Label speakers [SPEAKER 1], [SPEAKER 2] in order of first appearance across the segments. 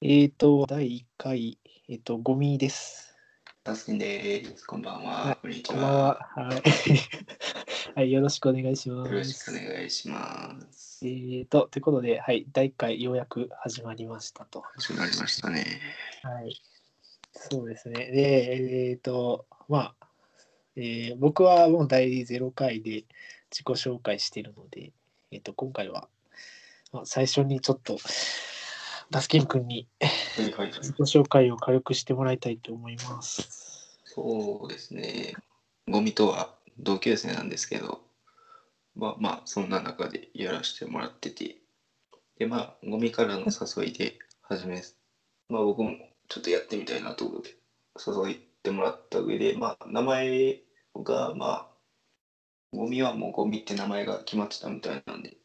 [SPEAKER 1] えーと、第1回、えっ、と、ゴミです。
[SPEAKER 2] タスキンです。こんばんは。
[SPEAKER 1] はい
[SPEAKER 2] こんにち
[SPEAKER 1] こんばん
[SPEAKER 2] は。
[SPEAKER 1] は。はい。はい、よ ろしくお願いします。
[SPEAKER 2] よろしくお願いします。
[SPEAKER 1] えーと、ということで、はい、第1回、ようやく始まりましたと。
[SPEAKER 2] 始まりましたね。
[SPEAKER 1] はい。そうですね。で、えーと、まあ、えー僕はもう第0回で自己紹介しているので、えっ、と、今回は、まあ、最初にちょっと、ダスキン君に
[SPEAKER 2] はいはい。
[SPEAKER 1] 自己紹介を軽くしてもらいたいと思います。
[SPEAKER 2] そうですね。ゴミとは同級生なんですけど、まあまあ、そんな中でやらせてもらってて、でまあ、ゴミからの誘いで始め、まあ僕もちょっとやってみたいなと思って、誘いてもらった上で、まあ、名前が、まあ、ゴミはもうゴミって名前が決まってたみたいなんで、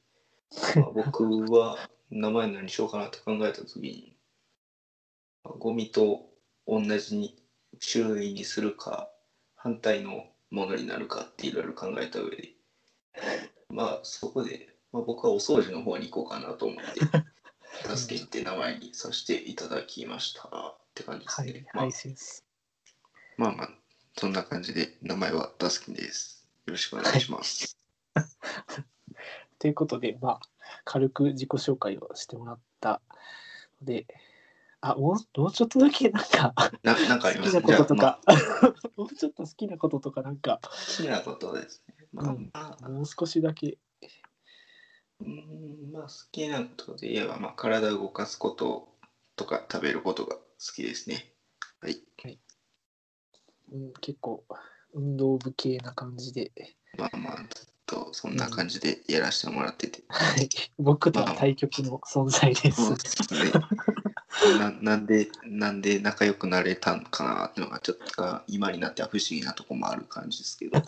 [SPEAKER 2] まあ僕は名前何しようかなって考えた時に、まあゴミと同じに周囲にするか反対のものになるかっていろいろ考えた上でまあそこで、まあ、僕はお掃除の方に行こうかなと 思って「助け」って名前にさせていただきましたって感じです
[SPEAKER 1] は
[SPEAKER 2] ね
[SPEAKER 1] い、、はい、そうです。
[SPEAKER 2] まあ、まあまあそんな感じで名前は「ダスキン」ですよろしくお願いします、
[SPEAKER 1] ということで、まあ、軽く自己紹介をしてもらったので、あ、もう、もうちょっとだけ、なんか、
[SPEAKER 2] ななんかあり
[SPEAKER 1] 好き
[SPEAKER 2] ます
[SPEAKER 1] なことと
[SPEAKER 2] じゃあ
[SPEAKER 1] か、 もうちょっと好きなこととか、なんか、
[SPEAKER 2] まあ好きなことですねまあ、
[SPEAKER 1] うん
[SPEAKER 2] まあ
[SPEAKER 1] もう少しだけ、
[SPEAKER 2] うんまあ好きなことで言えば、まあ、体を動かすこととか食べることが好きですねはい
[SPEAKER 1] うん、結構、運動部系な感じで、
[SPEAKER 2] まあまあ、ずっとそんな感じでやらせてもらって て。
[SPEAKER 1] はい、僕とは対極の存在です。
[SPEAKER 2] そうですね。ななんで、なんで仲良くなれたんかなっていうのが、ちょっとか今になっては不思議なとこもある感じですけど。ま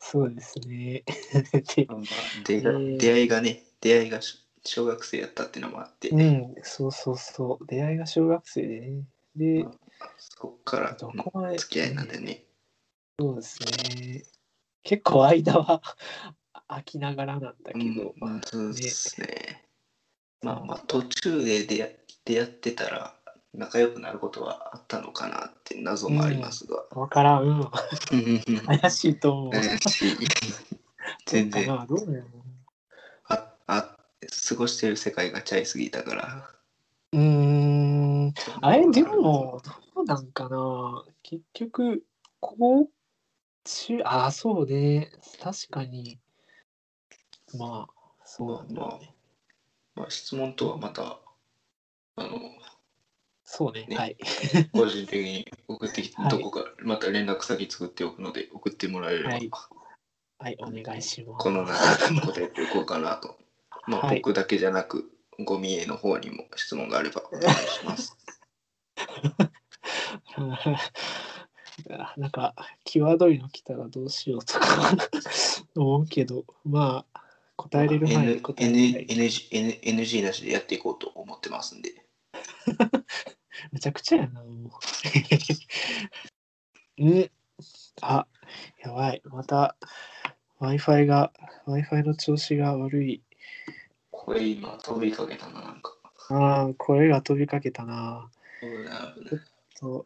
[SPEAKER 1] そうですね。で
[SPEAKER 2] あまあ出が
[SPEAKER 1] えー
[SPEAKER 2] 出会いがね、出会いがし小学生やったっていうのもあって、
[SPEAKER 1] うん、そうそうそう。出会いが小学生でね。で、
[SPEAKER 2] そこから
[SPEAKER 1] どこまで。
[SPEAKER 2] 付き合いなんでね。
[SPEAKER 1] そうですね。結構間は空きながらなんだけど、
[SPEAKER 2] うん、そうですね。まあま
[SPEAKER 1] あ
[SPEAKER 2] あ、途中で出会出会ってたら、仲良くなることはあったのかなって謎もありますが。
[SPEAKER 1] 分からん、うん、
[SPEAKER 2] うん
[SPEAKER 1] 怪しいと思う。
[SPEAKER 2] 怪しい 全然
[SPEAKER 1] まあどうだろ
[SPEAKER 2] ああ過ごしてる世界がちゃいすぎたから
[SPEAKER 1] ううーん、あれ、でも、どうなんかな。結局、こう、中、あ、そうね。確かに。まあ、そうなんだよね。
[SPEAKER 2] まあ、質問とはまたあの
[SPEAKER 1] そうね。
[SPEAKER 2] ね
[SPEAKER 1] はい。
[SPEAKER 2] 個人的に送ってきて、
[SPEAKER 1] はい
[SPEAKER 2] どこかまた連絡先作っておくので送ってもらえれば、
[SPEAKER 1] はいはい、お願いします。
[SPEAKER 2] この中で答えていこうかなと、まあ
[SPEAKER 1] はい
[SPEAKER 2] 僕だけじゃなくゴミへの方にも質問があればお願いします
[SPEAKER 1] あ なんか際どいの来たらどうしようとか思うけどまあ答えれる前に
[SPEAKER 2] N
[SPEAKER 1] 答えた
[SPEAKER 2] N
[SPEAKER 1] い
[SPEAKER 2] NG N NG なしでやっていこうと思ってますんで
[SPEAKER 1] めちゃくちゃやな もううんあやばいまた Wi-Fi が Wi-Fi の調子が悪い
[SPEAKER 2] これ今飛びかけたななんか
[SPEAKER 1] あー声が飛びかけたな
[SPEAKER 2] 危ない危ない
[SPEAKER 1] と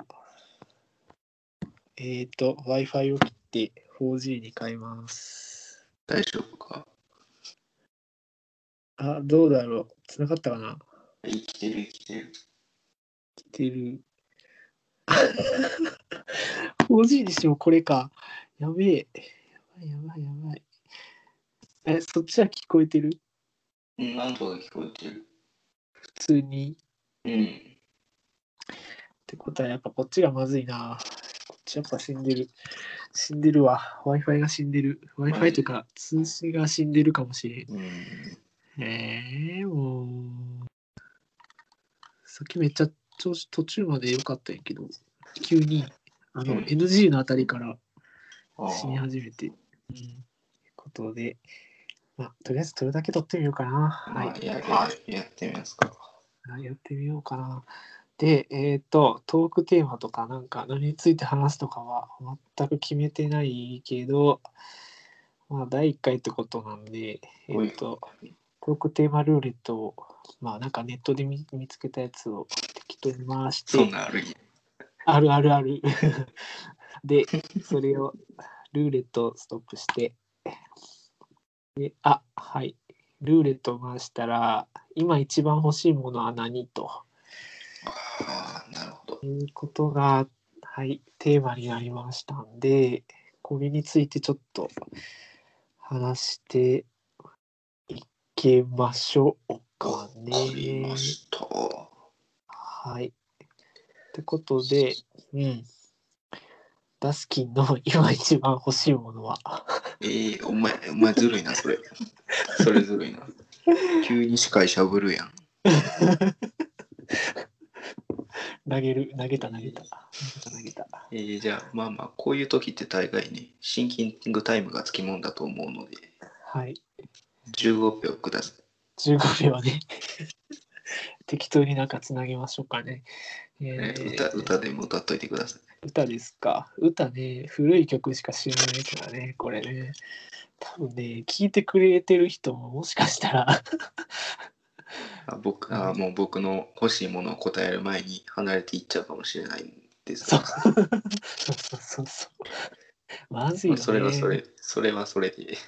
[SPEAKER 1] えっ、ー、と Wi-Fi を切って 4G に変えます
[SPEAKER 2] 大丈夫か
[SPEAKER 1] あどうだろうつながったかな
[SPEAKER 2] 生きてる生きてる。
[SPEAKER 1] ってる。4G にしてもこれか。やべえ。やばいやばいやばい。え、そっちは聞こえてる
[SPEAKER 2] うん、なんとか聞こえてる。
[SPEAKER 1] 普通に。
[SPEAKER 2] うん。
[SPEAKER 1] ってことはやっぱこっちがまずいな。こっちやっぱ死んでる。死んでるわ。Wi-Fi が死んでる。Wi-Fi というか通信が死んでるかもしれん。
[SPEAKER 2] うん。
[SPEAKER 1] えー、もう。さっきめっちゃ調子途中まで良かったんやけど、急にあの
[SPEAKER 2] うん
[SPEAKER 1] NG のあたりから
[SPEAKER 2] あ
[SPEAKER 1] 死に始めて。うん。ということで、まあ、とりあえず取るだけ取ってみようかな。
[SPEAKER 2] あ、
[SPEAKER 1] は
[SPEAKER 2] まあ、
[SPEAKER 1] い。
[SPEAKER 2] やるやってみますか。
[SPEAKER 1] はいやってみようかな。で、えっ、と、トークテーマとか、なんか、何について話すとかは全く決めてないけど、まあ、第1回ってことなんで、えっ、と、トークテーマルーレットを、まあなんかネットで見見つけたやつを適当に回し
[SPEAKER 2] そん
[SPEAKER 1] て、
[SPEAKER 2] なんあるんや
[SPEAKER 1] あるあるあ る。で、それをルーレットをストップして、で、あ、はい。ルーレットを回したら、今一番欲しいものは何と
[SPEAKER 2] ああ、なるほど。
[SPEAKER 1] いうことが、はい、テーマになりましたんで、これについてちょっと話していきましょうか
[SPEAKER 2] わ
[SPEAKER 1] ね。
[SPEAKER 2] かりました。
[SPEAKER 1] はい。ってことで、うん。ダスキンの今一番欲しいものは、
[SPEAKER 2] ええお前、お前ずるいな、それ。 それずるいな。急に司会しゃぶるやん。
[SPEAKER 1] 投げる、投げた、投げた。投げた。
[SPEAKER 2] えーじゃあ、まあまあ、こういう時って大概ね、シンキングタイムがつきもんだと思うので、
[SPEAKER 1] はい。
[SPEAKER 2] 15秒ください。
[SPEAKER 1] 15秒ね。 適当になんかつなげましょうかね。えー
[SPEAKER 2] えー歌歌でも歌っといてください。
[SPEAKER 1] 歌ですか。歌ね、古い曲しか知らないからね、これね。多分ね、聴いてくれてる人ももしかしたら、
[SPEAKER 2] あ僕あもう僕の欲しいものを答える前に離れていっちゃうかもしれないんです
[SPEAKER 1] そう
[SPEAKER 2] が、
[SPEAKER 1] そうそうそうそう。まずいよ
[SPEAKER 2] まあ
[SPEAKER 1] ね。
[SPEAKER 2] それはそれ、それはそれで。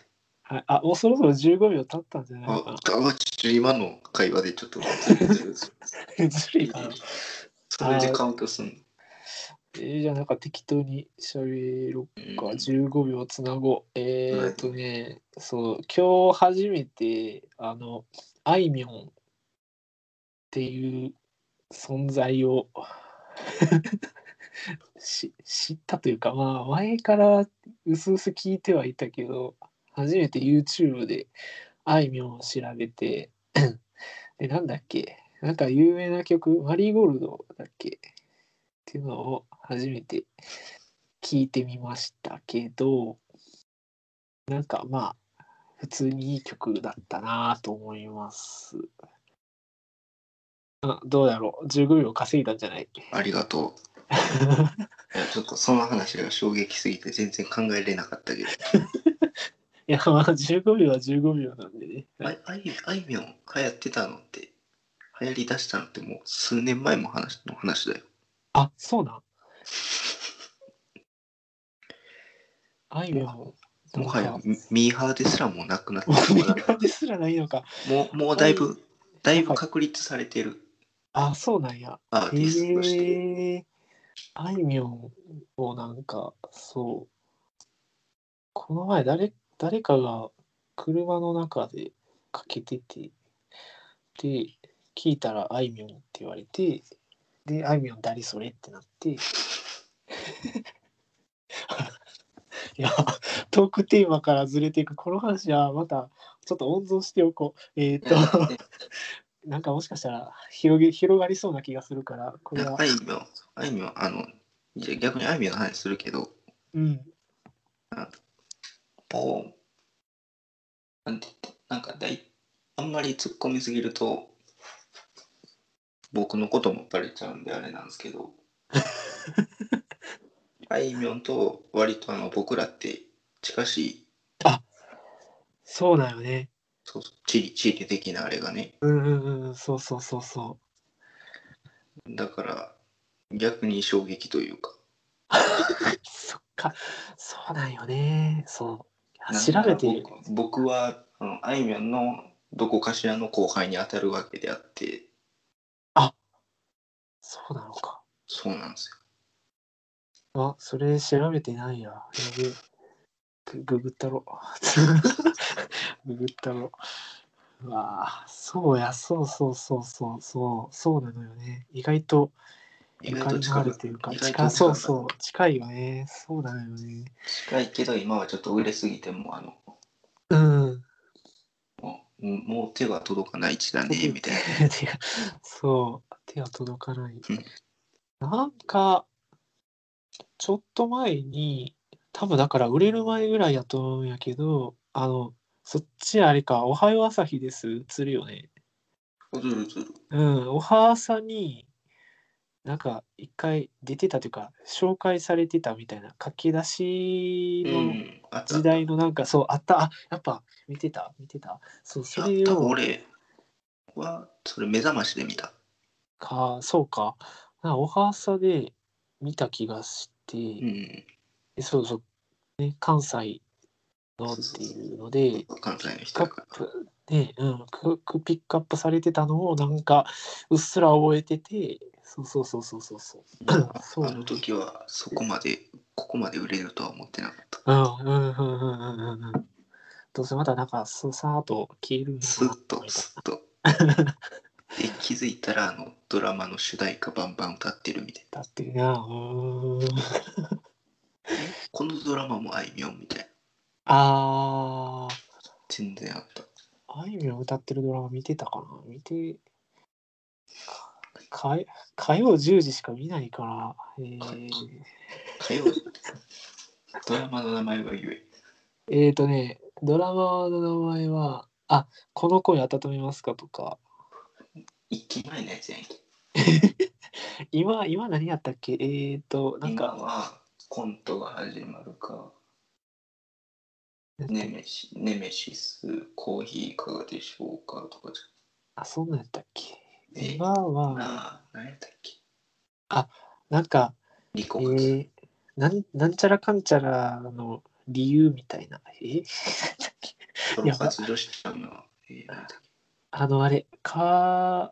[SPEAKER 1] はい、あ、もうそろそろ15秒経ったんじゃない
[SPEAKER 2] あ
[SPEAKER 1] か、
[SPEAKER 2] ちょっと今の会話でちょっとずるずるず
[SPEAKER 1] な。 ずるい
[SPEAKER 2] る
[SPEAKER 1] かな。
[SPEAKER 2] それでカウントすんの。
[SPEAKER 1] えーじゃあなんか適当に喋ろ
[SPEAKER 2] う
[SPEAKER 1] うんか。15秒つなごう。えーっとね、そう、今日初めて、あの、あいみょんっていう存在を し知ったというか、まあ前からうすうす聞いてはいたけど、初めて YouTube であいみょんを調べて、で、なんだっけなんか有名な曲、マリーゴールドだっけっていうのを初めて聞いてみましたけど、なんかまあ、普通にいい曲だったなと思います。あどうだろう ?15 秒稼いだんじゃない
[SPEAKER 2] ありがとう。いやちょっとその話が衝撃すぎて全然考えれなかったけど。
[SPEAKER 1] いや、まあ15秒は15秒なんでね。
[SPEAKER 2] ああいあいみょん流行ってたのって、流行り出したのってもう数年前も話の話だよ。
[SPEAKER 1] あ、そうなんあいみょん。
[SPEAKER 2] もはや
[SPEAKER 1] なんか
[SPEAKER 2] ミミーハーですらもうなくなって
[SPEAKER 1] もう
[SPEAKER 2] る
[SPEAKER 1] みん
[SPEAKER 2] から
[SPEAKER 1] なですらないのか。
[SPEAKER 2] もうもうだいぶ、だいぶ確立されてる
[SPEAKER 1] あ、そうなんや。
[SPEAKER 2] アーティストとして。
[SPEAKER 1] へえ。あいみょんをなんか、そう。この前誰、誰かが車の中でかけてて、で、聞いたらあいみょんって言われて、で、あいみょん誰それってなって。 いや、トークテーマからずれていく。この話はまたちょっと温存しておこう。えっ、
[SPEAKER 2] いや
[SPEAKER 1] と。なんかもしかしたら広げ広がりそうな気がするから、これは
[SPEAKER 2] あ。いみょん、あいみょん、あの、じゃあ逆にあいみょんの話するけど、
[SPEAKER 1] うん。
[SPEAKER 2] もう、なんて言って、なんかだい、あんまり突っ込みすぎると、僕のこともバレちゃうんであれなんですけ ど、あいみょんと割とあの僕らって近しい、
[SPEAKER 1] そうだよね。
[SPEAKER 2] そうそう地理、地理的なあれがね、
[SPEAKER 1] うんうんうんうん。そうそうそうそ
[SPEAKER 2] だから逆に衝撃というか、
[SPEAKER 1] う。そっか。そうなんよね。そう。
[SPEAKER 2] なん
[SPEAKER 1] 調
[SPEAKER 2] なら
[SPEAKER 1] べてる。
[SPEAKER 2] 僕僕はあのあいみょんのどこかしらの後輩に当たるわけであって
[SPEAKER 1] そうなのか。
[SPEAKER 2] そうなんです
[SPEAKER 1] あ、それ調べてないや。やべえグググったろ。 ググったろ。うわあ、そうや、そうそうそうそうそう、そうなのよね。意外と
[SPEAKER 2] よ意
[SPEAKER 1] ゆかりが
[SPEAKER 2] 外と近
[SPEAKER 1] あ
[SPEAKER 2] く
[SPEAKER 1] るというか、
[SPEAKER 2] 意外と
[SPEAKER 1] 近そう
[SPEAKER 2] 近
[SPEAKER 1] そう、近いよね。そうなのよね。
[SPEAKER 2] 近いけど今はちょっと売れすぎてもうあの
[SPEAKER 1] うん。
[SPEAKER 2] もうもう手が届かない位置 だねみたいな
[SPEAKER 1] 手がそう手が届かない
[SPEAKER 2] うん
[SPEAKER 1] なんかちょっと前に多分だから売れる前ぐらいやと思うんやけどあのそっちあれか「おはよう朝日です」映るよね
[SPEAKER 2] ずるずる
[SPEAKER 1] うんおは朝になんか一回出てたというか紹介されてたみたいな書き出し
[SPEAKER 2] う
[SPEAKER 1] の
[SPEAKER 2] んあった
[SPEAKER 1] 時代のなんかそうあったあやっぱ見てた見てたそうそ
[SPEAKER 2] やっ
[SPEAKER 1] れ
[SPEAKER 2] た
[SPEAKER 1] を
[SPEAKER 2] 俺はそれ目覚ましで見た
[SPEAKER 1] かそうかなんかおはさで見た気がして、
[SPEAKER 2] うん
[SPEAKER 1] えそうそう、ね、関西のっていうので
[SPEAKER 2] 関西の人
[SPEAKER 1] カ
[SPEAKER 2] だ
[SPEAKER 1] ッ
[SPEAKER 2] から
[SPEAKER 1] プで、うん、くくピックアップされてたのをなんかうっすら覚えててそうそうそうそうそうそう
[SPEAKER 2] あ
[SPEAKER 1] そう
[SPEAKER 2] あの時はそこまでここまで売れるとは思ってなかった
[SPEAKER 1] うんうんうんうんうんうんうんどうせまたなんかスさーっと消えるんだ
[SPEAKER 2] スッとスッとで気づいたらあのドラマの主題歌バンバン歌ってるみたい
[SPEAKER 1] だっていうなうーん
[SPEAKER 2] なこのドラマもあいみょんみたいな
[SPEAKER 1] あー
[SPEAKER 2] 全然あった
[SPEAKER 1] あいみょん歌ってるドラマ見てたかな見てか火火曜10時しか見ないから、えー、
[SPEAKER 2] 火曜日ドラマの名前は言え
[SPEAKER 1] えーとね、ドラマの名前は、あ、この恋温めますかとか、
[SPEAKER 2] 一期前のやつやんけ
[SPEAKER 1] 今、今何やったっけえーと、なん
[SPEAKER 2] 今
[SPEAKER 1] か、
[SPEAKER 2] はコントが始まるか
[SPEAKER 1] なんだっ
[SPEAKER 2] ネ
[SPEAKER 1] け
[SPEAKER 2] メシネメシスコーヒーいかがでしょうかとかじ
[SPEAKER 1] あ、そんなんやったっけ
[SPEAKER 2] ゃんえ
[SPEAKER 1] 今は、
[SPEAKER 2] なあ何やったっけ
[SPEAKER 1] なんか、
[SPEAKER 2] リ
[SPEAKER 1] え
[SPEAKER 2] コか、
[SPEAKER 1] ー、なんなんちゃらかんちゃらの理由みたいな、え
[SPEAKER 2] ソロ活女子さんのえーなんだっけ
[SPEAKER 1] あの、あれ、か、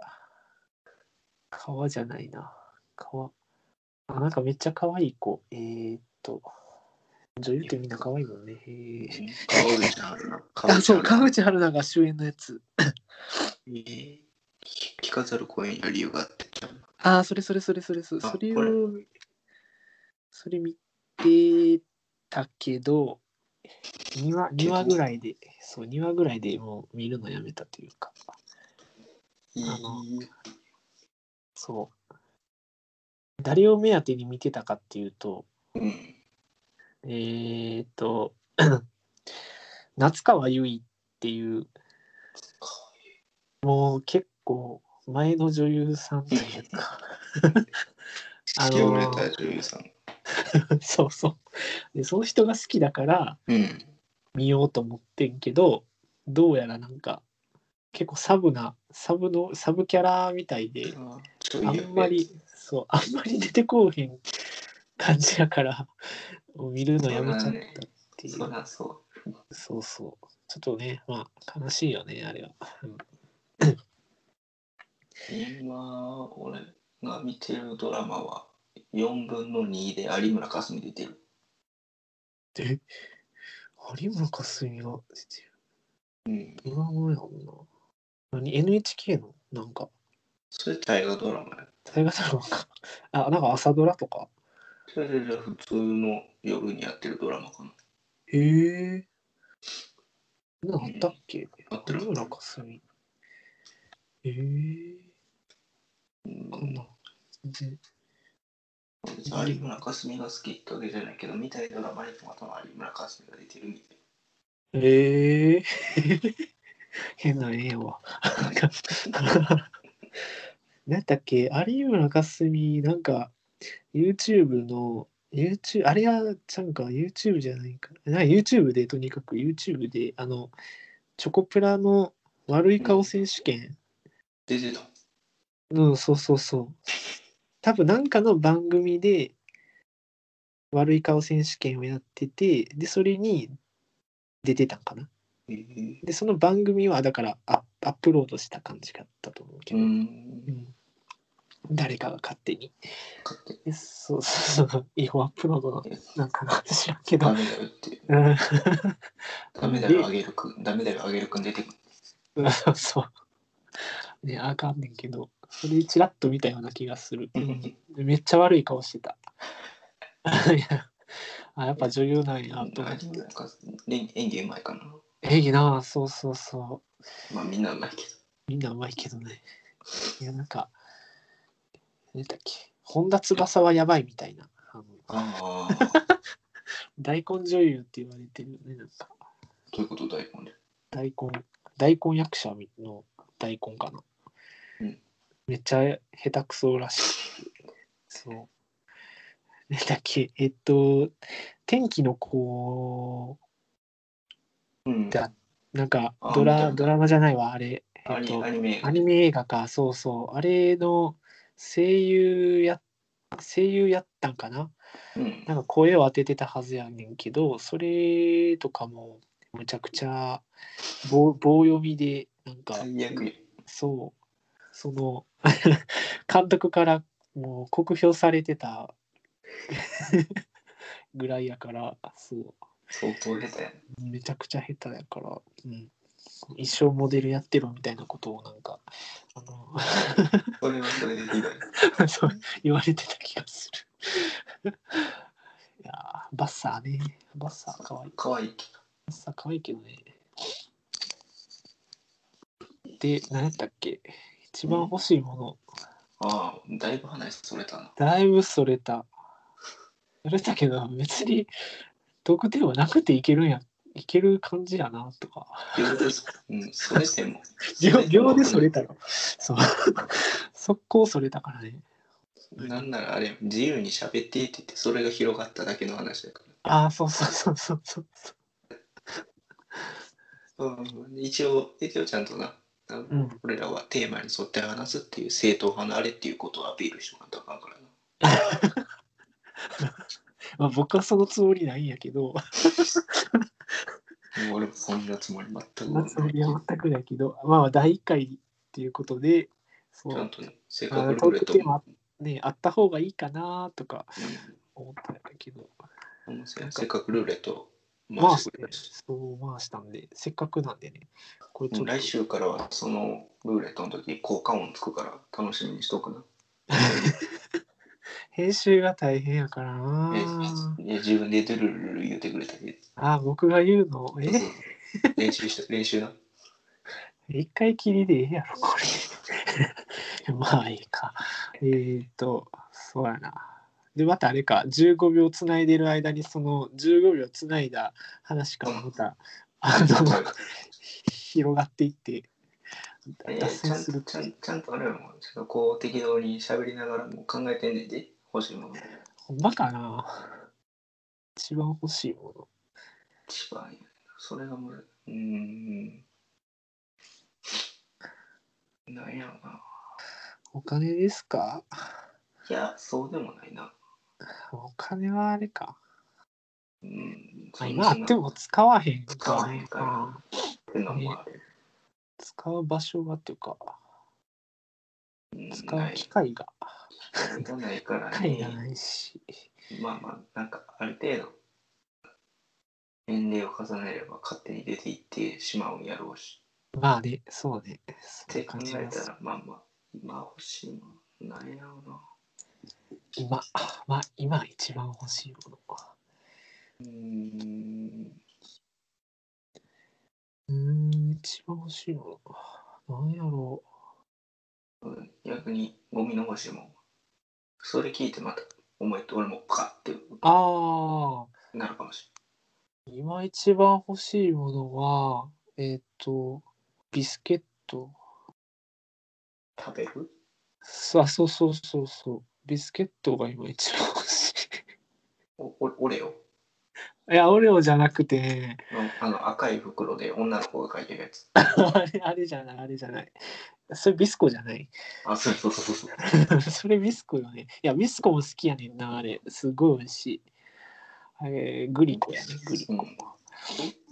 [SPEAKER 1] 川じゃないな、川。あ、なんかめっちゃ可愛い子。えーと、女優ってみんな可愛いもんね。えー
[SPEAKER 2] 川口春奈。
[SPEAKER 1] あ、そう、川
[SPEAKER 2] 川口
[SPEAKER 1] 口春奈が主演のやつ。
[SPEAKER 2] 春奈えー聞かざる声には理由があってちゃん
[SPEAKER 1] あー、それそれそれそれそれ、
[SPEAKER 2] あ
[SPEAKER 1] それ
[SPEAKER 2] これ
[SPEAKER 1] を、それ見てたけど、2話、
[SPEAKER 2] け
[SPEAKER 1] 2
[SPEAKER 2] ど
[SPEAKER 1] 話ぐらいで、そう、2話ぐらいでもう見るのやめたというか、あのそう。誰を目当てに見てたかっていうと、
[SPEAKER 2] うん
[SPEAKER 1] えーっと、 夏川由衣っていう、もう結構前の女優さんという か、あのー
[SPEAKER 2] 聞き売れた女優さん
[SPEAKER 1] そうそう。で、その人が好きだから
[SPEAKER 2] うん
[SPEAKER 1] 見ようと思ってんけど、どうやらなんか、結構サブな、サブの、サブキャラみたいで、
[SPEAKER 2] ちょい
[SPEAKER 1] あ
[SPEAKER 2] やべえ
[SPEAKER 1] んまり、そう、あんまり出てこうへん感じやから、もう見るのやめちゃったっていう。
[SPEAKER 2] そりゃそ
[SPEAKER 1] そうそう。ちょっとね、まあ、悲しいよね、あれは。うん
[SPEAKER 2] う今俺が見てるドラマは4分の2で有村架純出てる
[SPEAKER 1] え、有村架純が出てる、
[SPEAKER 2] うん
[SPEAKER 1] 今頃やもんな。何 ?NHK のなんか、
[SPEAKER 2] それ大河ドラマや
[SPEAKER 1] 大河ドラマか。 あ、なんか朝ドラとか。
[SPEAKER 2] それじゃ普通の夜にやってるドラマかな
[SPEAKER 1] へえ。なんかあったっけ
[SPEAKER 2] あってる
[SPEAKER 1] 有村架純。へえ。
[SPEAKER 2] うん
[SPEAKER 1] こんなん全然
[SPEAKER 2] 有村架純が好きってわけじゃないけど、見たいドラマにたまたま有村架純が出てるみたい
[SPEAKER 1] へえ。 変な絵は。なんか なんだっけ有村架純、なんか YouTube の YouTube、あれはちゃんか YouTube じゃないか。なんか YouTube で、とにかく YouTube で、あの、チョコプラの悪い顔選手権。
[SPEAKER 2] 出てた。
[SPEAKER 1] うん、そうそうそう。多分なんかの番組で悪い顔選手権をやってて、で、それに出てたんかな。
[SPEAKER 2] えー、
[SPEAKER 1] で、その番組はだからアッアップロードした感じだったと思うけ
[SPEAKER 2] う。
[SPEAKER 1] ど、うんん誰かが勝手に。
[SPEAKER 2] 勝手に
[SPEAKER 1] でそうそうそう、違法アップロードのなんかな知らんけ
[SPEAKER 2] ダ
[SPEAKER 1] ど。
[SPEAKER 2] メだよって。
[SPEAKER 1] うん
[SPEAKER 2] ダメだよ、あげるくん。ダメだよ、あげるくん出てくる。
[SPEAKER 1] そうそう。ね、あかんねんけど、それちらっと見たような気がする。めっちゃ悪い顔してた。 いやあやっぱ女優なんや
[SPEAKER 2] あ
[SPEAKER 1] と思って
[SPEAKER 2] 有。村架純演演技うまいかな。
[SPEAKER 1] えいな、そうそうそ
[SPEAKER 2] まあみんなうまいけ
[SPEAKER 1] う。みんなうまいけどね。いや、なんか、何だっけ、本田翼はやばいみたいな。あの
[SPEAKER 2] ど。ああ、
[SPEAKER 1] 大根女優って言われてるよね、なんか。
[SPEAKER 2] どういうこと大根で。
[SPEAKER 1] 大根、大根役者の大根かな。
[SPEAKER 2] うん
[SPEAKER 1] めっちゃ下手くそらしい。そう。なんだっけ、えっと、天気の子
[SPEAKER 2] うん
[SPEAKER 1] だなんか
[SPEAKER 2] あ
[SPEAKER 1] ド
[SPEAKER 2] 見
[SPEAKER 1] ラ
[SPEAKER 2] た
[SPEAKER 1] ドラマじゃないわあれ、え
[SPEAKER 2] ア
[SPEAKER 1] っ
[SPEAKER 2] ニ
[SPEAKER 1] と
[SPEAKER 2] ア、ニメ
[SPEAKER 1] アニメ映画かそうそうあれの声優や声優やったんかな
[SPEAKER 2] うん
[SPEAKER 1] なんか声を当ててたはずやねんけどそれとかもむちゃくちゃ棒棒読みでなんか
[SPEAKER 2] 最悪
[SPEAKER 1] そうその 監督からもう酷評されてた ぐらいやからそう
[SPEAKER 2] 相当下手や
[SPEAKER 1] めちゃくちゃ下手やから、うん、一生モデルやってろみたいなことをなんかあの
[SPEAKER 2] なそれはそれでひどい
[SPEAKER 1] そう言われてた気がする。 いやーバッサーね。バッサーかわいい。
[SPEAKER 2] 可愛いけ
[SPEAKER 1] バッサーかわいいけどね。で、何やったっけ一番欲しいもの。
[SPEAKER 2] どああだいぶ話それたな
[SPEAKER 1] だいぶそれた。それたけど、別に特典はなくていけるんや。いける感じやなとか。
[SPEAKER 2] 秒でそ,、うん、それても
[SPEAKER 1] 秒秒でそれたよ。そう。 速攻それたからね。
[SPEAKER 2] なんならあれ自由に喋っていいって言ってそれが広がっただけの話だか
[SPEAKER 1] ああ、そうそうそうそうそうそ
[SPEAKER 2] ら、うん、一応一応ちゃんとなあの
[SPEAKER 1] う。うん。
[SPEAKER 2] 俺らはテーマに沿って話すっていう正統派のあれっていうことをアピールしとかんとあかんからな
[SPEAKER 1] まあ、僕はそのつもりないんやけど、
[SPEAKER 2] もう俺もそんなつもり全
[SPEAKER 1] そ
[SPEAKER 2] く
[SPEAKER 1] のつもりは全くだけど、まあまあ、第1回っていうことで、そ
[SPEAKER 2] ちゃん
[SPEAKER 1] う
[SPEAKER 2] とね、せっ
[SPEAKER 1] あ
[SPEAKER 2] か
[SPEAKER 1] の
[SPEAKER 2] く
[SPEAKER 1] ト
[SPEAKER 2] こ
[SPEAKER 1] ー
[SPEAKER 2] れ
[SPEAKER 1] ク
[SPEAKER 2] と
[SPEAKER 1] テー
[SPEAKER 2] も
[SPEAKER 1] マ、ね、あった方がいいかなとか
[SPEAKER 2] うん
[SPEAKER 1] 思ったんだけど、
[SPEAKER 2] うんせせっかくルーレット
[SPEAKER 1] まあ、
[SPEAKER 2] 回し
[SPEAKER 1] そ
[SPEAKER 2] てくれたし
[SPEAKER 1] う回したんで、せっかくなんでね、これち
[SPEAKER 2] も
[SPEAKER 1] ょ
[SPEAKER 2] う
[SPEAKER 1] っと
[SPEAKER 2] 来週からはそのルーレットの時効果音つくから楽しみにしとくな。
[SPEAKER 1] 編集が大変やからな
[SPEAKER 2] ええ自分でドゥルルルル言ってくれたけ
[SPEAKER 1] あー、僕が言うの、
[SPEAKER 2] ど
[SPEAKER 1] え、
[SPEAKER 2] 練習 した練習な。
[SPEAKER 1] 一回きりでええやろ、これ。 まあいいか。えー、っと、そうやな。で、またあれか、15秒つないでる間に、その15秒つないだ話からまた、あの、 広がっていって、脱
[SPEAKER 2] えちゃ
[SPEAKER 1] 線
[SPEAKER 2] ん
[SPEAKER 1] する
[SPEAKER 2] ちゃんちゃんとあれやもん、ちょっとこう適当に喋りながらも考えてんねんで、欲しいもの。
[SPEAKER 1] ほんまかな一番欲しいもの。
[SPEAKER 2] 一番いいそれがもう、うーん。なんやろな。
[SPEAKER 1] お金ですか
[SPEAKER 2] いや、そうでもないな。
[SPEAKER 1] お金はあれか。
[SPEAKER 2] うん。
[SPEAKER 1] まあ
[SPEAKER 2] そん
[SPEAKER 1] 今あ
[SPEAKER 2] な
[SPEAKER 1] っても使わへんから
[SPEAKER 2] 使わへんからってのもある
[SPEAKER 1] 使う場所がっていうか、
[SPEAKER 2] うん
[SPEAKER 1] 使
[SPEAKER 2] な
[SPEAKER 1] う
[SPEAKER 2] い
[SPEAKER 1] 機会が、
[SPEAKER 2] いらないから
[SPEAKER 1] 機会が
[SPEAKER 2] ね。
[SPEAKER 1] ないし。
[SPEAKER 2] まあまあ、なんかある程度、年齢を重ねれば勝手に出ていってしまうんやろうし。
[SPEAKER 1] まあね、そうね。
[SPEAKER 2] っ
[SPEAKER 1] そう
[SPEAKER 2] て
[SPEAKER 1] いう
[SPEAKER 2] 考
[SPEAKER 1] 感
[SPEAKER 2] え
[SPEAKER 1] じ
[SPEAKER 2] た
[SPEAKER 1] ます。
[SPEAKER 2] ら、まあまあ、今欲しいもの、なんやろうな。
[SPEAKER 1] 今、まあ今一番欲しいもの。
[SPEAKER 2] うーん。
[SPEAKER 1] うーん、一番欲しいもの。なんやろ
[SPEAKER 2] 逆に、ゴミの欲しいもん。それ聞いてまた、思いと俺もパカって
[SPEAKER 1] う。ああ、
[SPEAKER 2] なるかもし
[SPEAKER 1] 今一番欲しいものは、えっ、と、ビスケット。
[SPEAKER 2] れん。食べる
[SPEAKER 1] そあ、そうそうそうそう。ビスケットが今一番欲し
[SPEAKER 2] おお俺よ。
[SPEAKER 1] い。いや、オレオじゃなくてね、
[SPEAKER 2] あの赤い袋で女の子が書いてるやつ。
[SPEAKER 1] あれ、あれじゃない、あれじゃない。それビスコじゃない。
[SPEAKER 2] あ、そうそうそうそう。
[SPEAKER 1] それビスコよね。いや、ビスコも好きやねんな、あれ。すごい美味しい。あれ、グリコやね、グリコ。
[SPEAKER 2] うんえ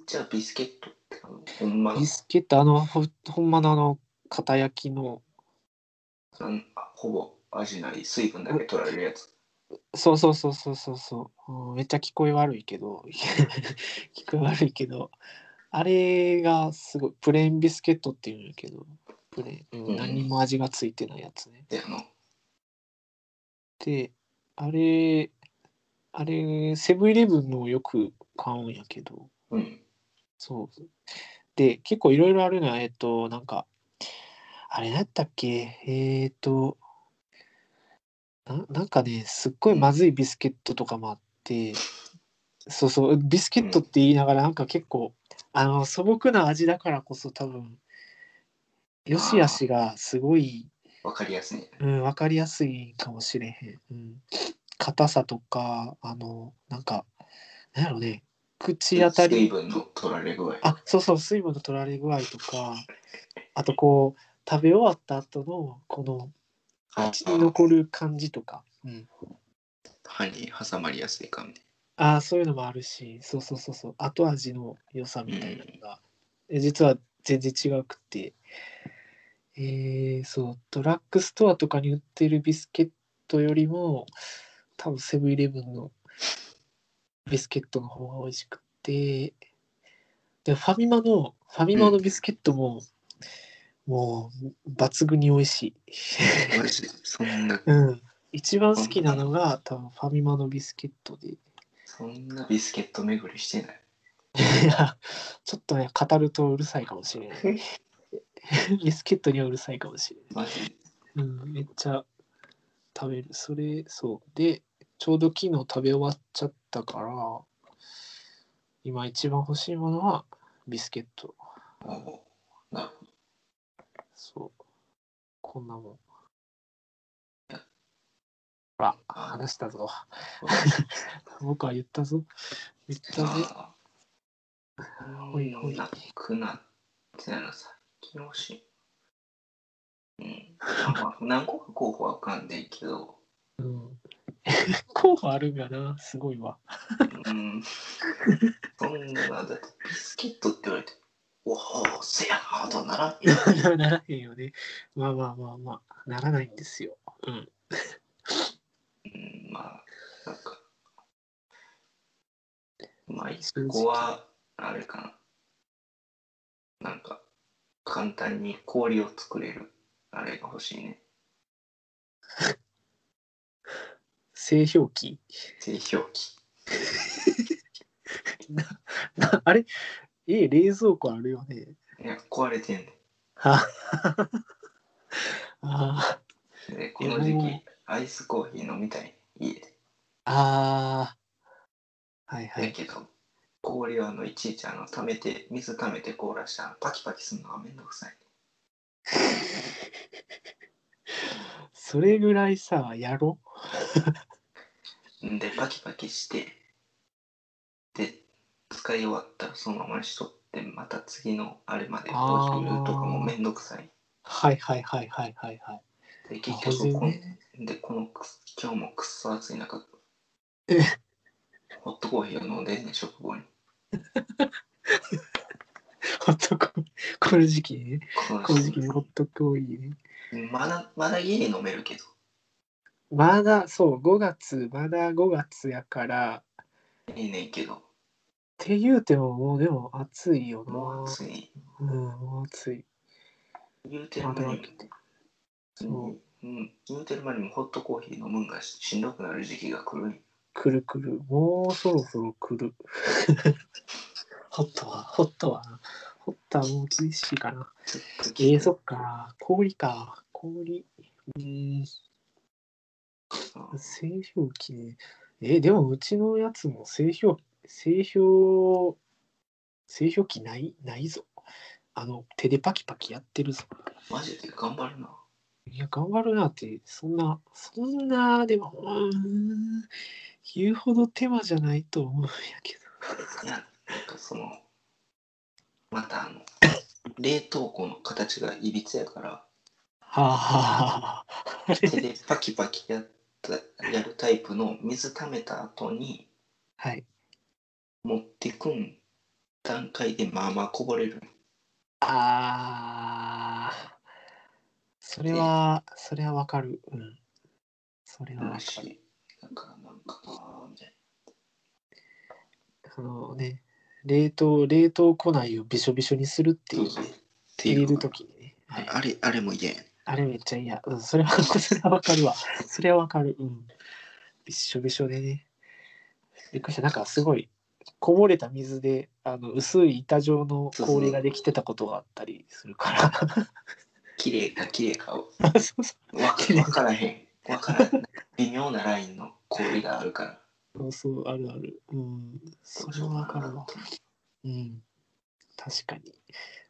[SPEAKER 2] じゃあビスケットってあのほんまの
[SPEAKER 1] ビスケット、あの、ほほんまのあの、片焼きの、
[SPEAKER 2] なんあほぼ味ない水分だけ取られるやつ。
[SPEAKER 1] そうそうそうそうそうそう、うんめっちゃ聞こえ悪いけど、 聞こえ悪いけど、あれがすごい、プレーンビスケットっていうんやけど、プレーン、うん
[SPEAKER 2] うん
[SPEAKER 1] 何も味がついてないやつね。
[SPEAKER 2] であの
[SPEAKER 1] で、あれ、あれ、セブンイレブンのよく買うんやけど、
[SPEAKER 2] うん
[SPEAKER 1] そう。で、結構いろいろあるのは、えっと、なんか、あれなんやったっけえっとな、なんかね、すっごいまずいビスケットとかもあって、そうそう、ビスケットって言いながら、なんか結構、あの、素朴な味だからこそ多分、よしあしがすごい、
[SPEAKER 2] わかりやすいね。
[SPEAKER 1] うん、わかりやすいかもしれへん。うん。硬さとか、あの、なんか、なんやろね、口当た
[SPEAKER 2] 水
[SPEAKER 1] り
[SPEAKER 2] 分の取られ具合。
[SPEAKER 1] あそうそう水分の取られ具合とかあとこう食べ終わった後のこの
[SPEAKER 2] あ
[SPEAKER 1] 口に残る感じとか、うん、
[SPEAKER 2] 歯に挟まりやすい感じ。
[SPEAKER 1] ああそういうのもあるしそうそうそうそう後味の良さみたいなのが、え実は全然違くてえー、そうドラッグストアとかに売ってるビスケットよりも多分セブンイレブンのビスケットの方が美味しくてでファミマのファミマのビスケットも、もう抜群に美味しい。
[SPEAKER 2] マジそんな、
[SPEAKER 1] うん、一番好きなのが多分ファミマのビスケットで
[SPEAKER 2] そんなビスケット巡りしてない。
[SPEAKER 1] いや、ちょっとね、語るとうるさいかもしれない。ビスケットにはうるさいかもしれ
[SPEAKER 2] マジ
[SPEAKER 1] ない。うん、めっちゃ食べる。それ、そう。で、ちょうど昨日食べ終わっちゃったから、今一番欲しいものはビスケット。
[SPEAKER 2] おーなるほど
[SPEAKER 1] そう。こんなもん。ほら、話したぞ。僕は言ったぞ。言ったぞ。
[SPEAKER 2] あー
[SPEAKER 1] ほいほい
[SPEAKER 2] なくなってなら最近欲しい。うん。まあ、何個か候補は浮かんでいいけど、
[SPEAKER 1] うん。候補あるんだな。すごいわ。
[SPEAKER 2] うん。そんな、だってビスケットって言われて、おお、せやなとはならん よ。
[SPEAKER 1] ならへんよね。まあまあまあまあ、ならないんですよ。うん。
[SPEAKER 2] うん、まあ、なんか。まあ、一個は、あれかな。なんか、簡単に氷を作れる、あれが欲しいね。
[SPEAKER 1] 製氷機。
[SPEAKER 2] 製氷機。
[SPEAKER 1] なあれえ、冷蔵庫あるよね。
[SPEAKER 2] いや、壊れてんね
[SPEAKER 1] は あ
[SPEAKER 2] ん。で、この時
[SPEAKER 1] もう
[SPEAKER 2] 期、アイスコーヒー飲みたい、家で。
[SPEAKER 1] あ。ああ。はいは
[SPEAKER 2] だ
[SPEAKER 1] い。
[SPEAKER 2] けど、氷はあの、いちいち、あの、溜めて、水溜めて凍らしたら、パキパキするのがめんどくさい。
[SPEAKER 1] それぐらいさ、やろ
[SPEAKER 2] でパキパキしてで使い終わったらそのまましとってまた次のあれまで
[SPEAKER 1] あー
[SPEAKER 2] 補充とかもめんどくさい
[SPEAKER 1] はいはいはいはいはいはい。
[SPEAKER 2] で
[SPEAKER 1] あ
[SPEAKER 2] 結
[SPEAKER 1] 補充
[SPEAKER 2] 局こん、
[SPEAKER 1] ね。
[SPEAKER 2] でこのくす今日もくっそ暑い中
[SPEAKER 1] え
[SPEAKER 2] ホットコーヒーを飲んでんねん食後に
[SPEAKER 1] ホットコーヒー。この時期ね。
[SPEAKER 2] この
[SPEAKER 1] この時期にホットコーヒーね。
[SPEAKER 2] まだまだ家で飲めるけど
[SPEAKER 1] まだそう、5月、まだ5月やから。
[SPEAKER 2] いいねんけど
[SPEAKER 1] って言うても、もうでも暑いよな。
[SPEAKER 2] もう暑い
[SPEAKER 1] うん、もう暑い。
[SPEAKER 2] 言うてる
[SPEAKER 1] ま
[SPEAKER 2] 間
[SPEAKER 1] だ
[SPEAKER 2] に
[SPEAKER 1] 来て。そう
[SPEAKER 2] うん、言うてる間にもホットコーヒー飲むんがししんどくなる時期が来るんよ
[SPEAKER 1] くるくる。もうそろそろくる。ホットは、ホットは、ホットはもう厳しいかな。
[SPEAKER 2] ちょっと
[SPEAKER 1] えー、そっか。氷か。氷。うーん、
[SPEAKER 2] うん
[SPEAKER 1] 製氷機ね。えーでもうちのやつも製氷、製氷、製氷機ない、ないぞ。あの、手でパキパキやってるぞ。
[SPEAKER 2] マジで頑張るない
[SPEAKER 1] や、頑張るなって、そんな、そんな、でも、うーん、言うほど手間じゃないと思うんやけ
[SPEAKER 2] いや、なんかその、またあの、冷凍庫の形がいびつやから、
[SPEAKER 1] ど。はあ、はあ、あ
[SPEAKER 2] 手
[SPEAKER 1] れ
[SPEAKER 2] でパキパキやったやるタイプの水溜めた後に
[SPEAKER 1] はい。
[SPEAKER 2] 持ってくん段階でまあまあこぼれる。
[SPEAKER 1] ああ、それは、それはわかる。うん。それはわかる。
[SPEAKER 2] し、だからなんか、あーみたい
[SPEAKER 1] あのね、冷凍、冷凍庫内をびしょびしょにするっていう
[SPEAKER 2] な。、って
[SPEAKER 1] 入
[SPEAKER 2] い
[SPEAKER 1] れ
[SPEAKER 2] う
[SPEAKER 1] るときにね。はい。
[SPEAKER 2] あれ、あれも嫌やね
[SPEAKER 1] あれめっちゃ嫌。うん、それは、 それはわかるわ。それはわかる。うん。びっしょびしょでね。びっくりした。なんかすごい、こぼれた水で、あの、薄い板状の氷ができてたことがあったりするから。
[SPEAKER 2] 綺麗か綺麗かを
[SPEAKER 1] そうそ
[SPEAKER 2] わかわからへん。わからへん。微妙なラインの氷があるから。
[SPEAKER 1] う、そうそう、あるある。うん。それはわかるわ。うん。確かに。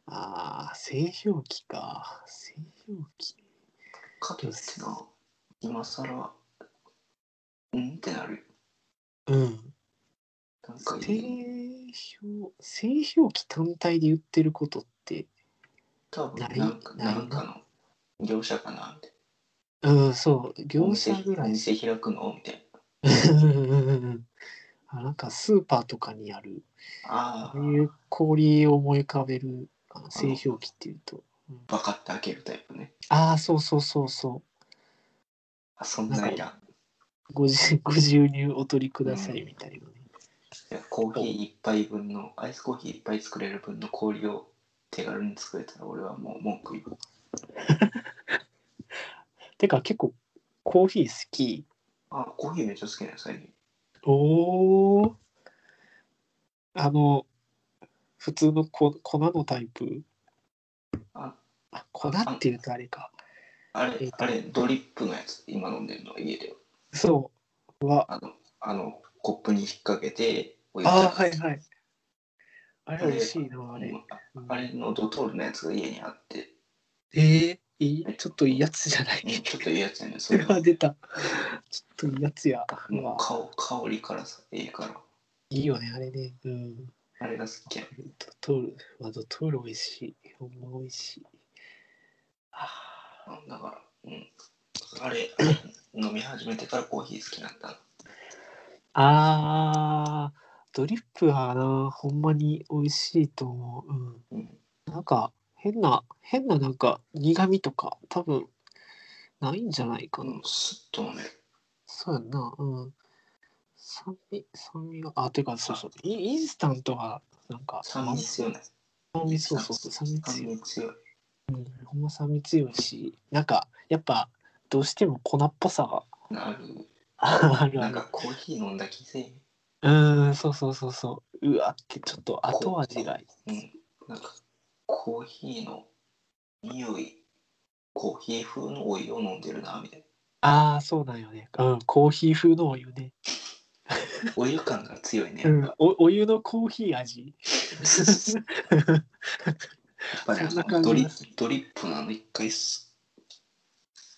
[SPEAKER 1] ああ、製氷機か。製氷機。
[SPEAKER 2] かといってな、今更、うんってなる。
[SPEAKER 1] うん。
[SPEAKER 2] なんか、
[SPEAKER 1] 製氷、製氷機単体で言ってることって、
[SPEAKER 2] 多分
[SPEAKER 1] ない
[SPEAKER 2] なんか
[SPEAKER 1] ない
[SPEAKER 2] なんかの業者かなみたい
[SPEAKER 1] うん、そう、
[SPEAKER 2] な。
[SPEAKER 1] 業者ぐら
[SPEAKER 2] お
[SPEAKER 1] い。
[SPEAKER 2] 店お店開くのみたいな。
[SPEAKER 1] うんうんうんうんあなんかスーパーとかにある、
[SPEAKER 2] あ
[SPEAKER 1] あ
[SPEAKER 2] あ
[SPEAKER 1] あ、いう氷を思い浮かべるあの製氷機っていうと。
[SPEAKER 2] バカって開けるタイプね。
[SPEAKER 1] ああ、そうそうそうそ
[SPEAKER 2] あ、そんなんや。
[SPEAKER 1] う。ご自ご自由にお取りくださいみたいなね。
[SPEAKER 2] いやコーヒー一杯分の、アイスコーヒー一杯作れる分の氷を手軽に作れたら俺はもう文句言う。
[SPEAKER 1] てか結構コーヒー好き。
[SPEAKER 2] あ、コーヒーめっちゃ好きなの最近。
[SPEAKER 1] おお。あの、普通のこ粉のタイプ。
[SPEAKER 2] あ、
[SPEAKER 1] あ、粉っていうとあれか。
[SPEAKER 2] あ
[SPEAKER 1] え
[SPEAKER 2] れ
[SPEAKER 1] っ、と
[SPEAKER 2] あれ、ドリップのやつ、今飲んでるの、家では。
[SPEAKER 1] そう。は、
[SPEAKER 2] あの、あの、コップに引っ掛けて、お湯
[SPEAKER 1] ああ、
[SPEAKER 2] た
[SPEAKER 1] は
[SPEAKER 2] め
[SPEAKER 1] い
[SPEAKER 2] て
[SPEAKER 1] はい。あれ美味しいな、あれ。
[SPEAKER 2] うんあれのドトールのやつが家にあって、
[SPEAKER 1] ええいいちょっといいやつじゃない。
[SPEAKER 2] うんちょっといいやつやねん、そ
[SPEAKER 1] そ
[SPEAKER 2] れ
[SPEAKER 1] れ は出た。ちょっといいやつや。う
[SPEAKER 2] も
[SPEAKER 1] わ
[SPEAKER 2] う香香りからさ、ええから。
[SPEAKER 1] いいよね、あれね。うん。
[SPEAKER 2] あれが好きやね
[SPEAKER 1] ドトール、まあ、ドトール美味しい。ほんま美味しい。あ
[SPEAKER 2] ん。だから、うん。あれ、 あれ飲み始めてからコーヒー好きになったの。
[SPEAKER 1] あー、ドリップはな、ほんまに美味しいと思う。うん。
[SPEAKER 2] うん。
[SPEAKER 1] なんか変な変ななんか苦味とか多分ないんじゃないかな。
[SPEAKER 2] うん、すっと飲める。
[SPEAKER 1] そうやんな。うん。酸味酸味があてかそうそうインインスタントはなんか
[SPEAKER 2] 酸味強いね。
[SPEAKER 1] 酸味そうそうそう酸味
[SPEAKER 2] 酸
[SPEAKER 1] 強い。
[SPEAKER 2] 味強い。
[SPEAKER 1] ほんま酸味強いしなんかやっぱどうしても粉っぽさが
[SPEAKER 2] なる。
[SPEAKER 1] ある
[SPEAKER 2] な
[SPEAKER 1] あ
[SPEAKER 2] ん
[SPEAKER 1] る
[SPEAKER 2] か。コーヒー飲んだ気せえへん。
[SPEAKER 1] うーんそうそうそうそううわってちょっと後味がいい。
[SPEAKER 2] うん。なんか、コーヒーの匂い、コーヒー風のお湯を飲んでるな、みたい
[SPEAKER 1] ああそうなんよね。うんコーヒー風のお湯ね。
[SPEAKER 2] な。お湯感が強いね。
[SPEAKER 1] う
[SPEAKER 2] や っ
[SPEAKER 1] ん
[SPEAKER 2] ぱ
[SPEAKER 1] おお湯のコーヒー味。
[SPEAKER 2] やっぱりあ
[SPEAKER 1] そんな感
[SPEAKER 2] の
[SPEAKER 1] じ
[SPEAKER 2] ドリドリップのあの一回す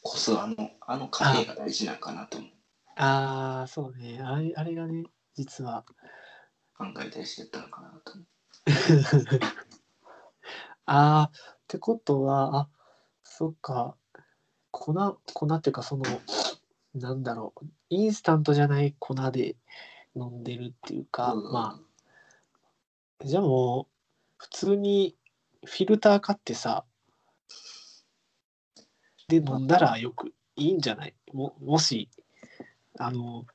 [SPEAKER 2] こすあのあの過程が大事なんかなと思う
[SPEAKER 1] ああ、そうね。あれあれがね、実は。
[SPEAKER 2] 考えたりしてたのかなと思う
[SPEAKER 1] ああ、ってことは、あそっか。粉、粉っていうか、その、なんだろう。インスタントじゃない粉で飲んでるっていうか、
[SPEAKER 2] う ん
[SPEAKER 1] まあ、じゃあもう、普通にフィルター買ってさ、で飲んだらよくいいんじゃないももし、あの、